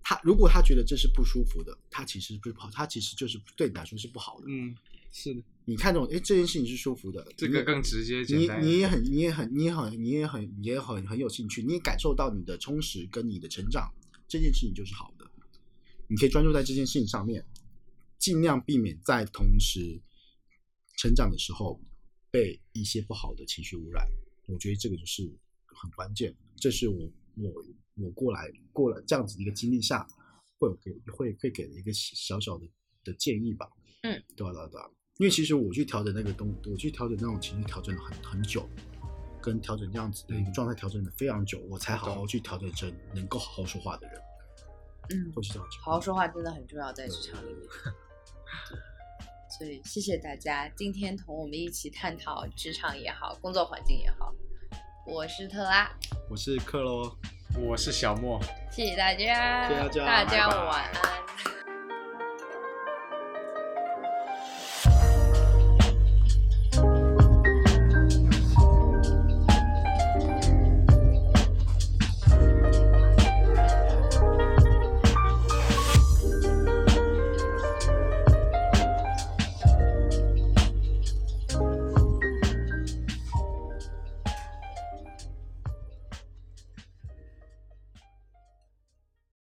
他如果他觉得这是不舒服的，他其实不是好，他其实就是对你来说是不好的。
嗯，是的，
你看这种，哎，这件事情是舒服的，
这
你
个更直接简
你
单。
你也很你也很你也很你也很你也很很有兴趣，你也感受到你的充实跟你的成长，这件事情就是好的。你可以专注在这件事情上面，尽量避免在同时成长的时候被一些不好的情绪污染。我觉得这个就是很关键，这是我我我过来过了这样子一个经历下，会有给会会给的一个小小的的建议吧。
嗯，
对啊对啊对啊。因为其实我去调整那个东，我去调整那种情绪，调整了很很久，跟调整这样子的一个状态，调整了非常久，我才好好去调整成能够好好说话的人，
嗯，
会是这样子。
好好说话真的很重要，在职场里面。所以谢谢大家，今天同我们一起探讨职场也好，工作环境也好。我是特拉，
我是克喽。
我是小莫。
谢谢大家，
谢谢大家
大家
拜拜
晚安。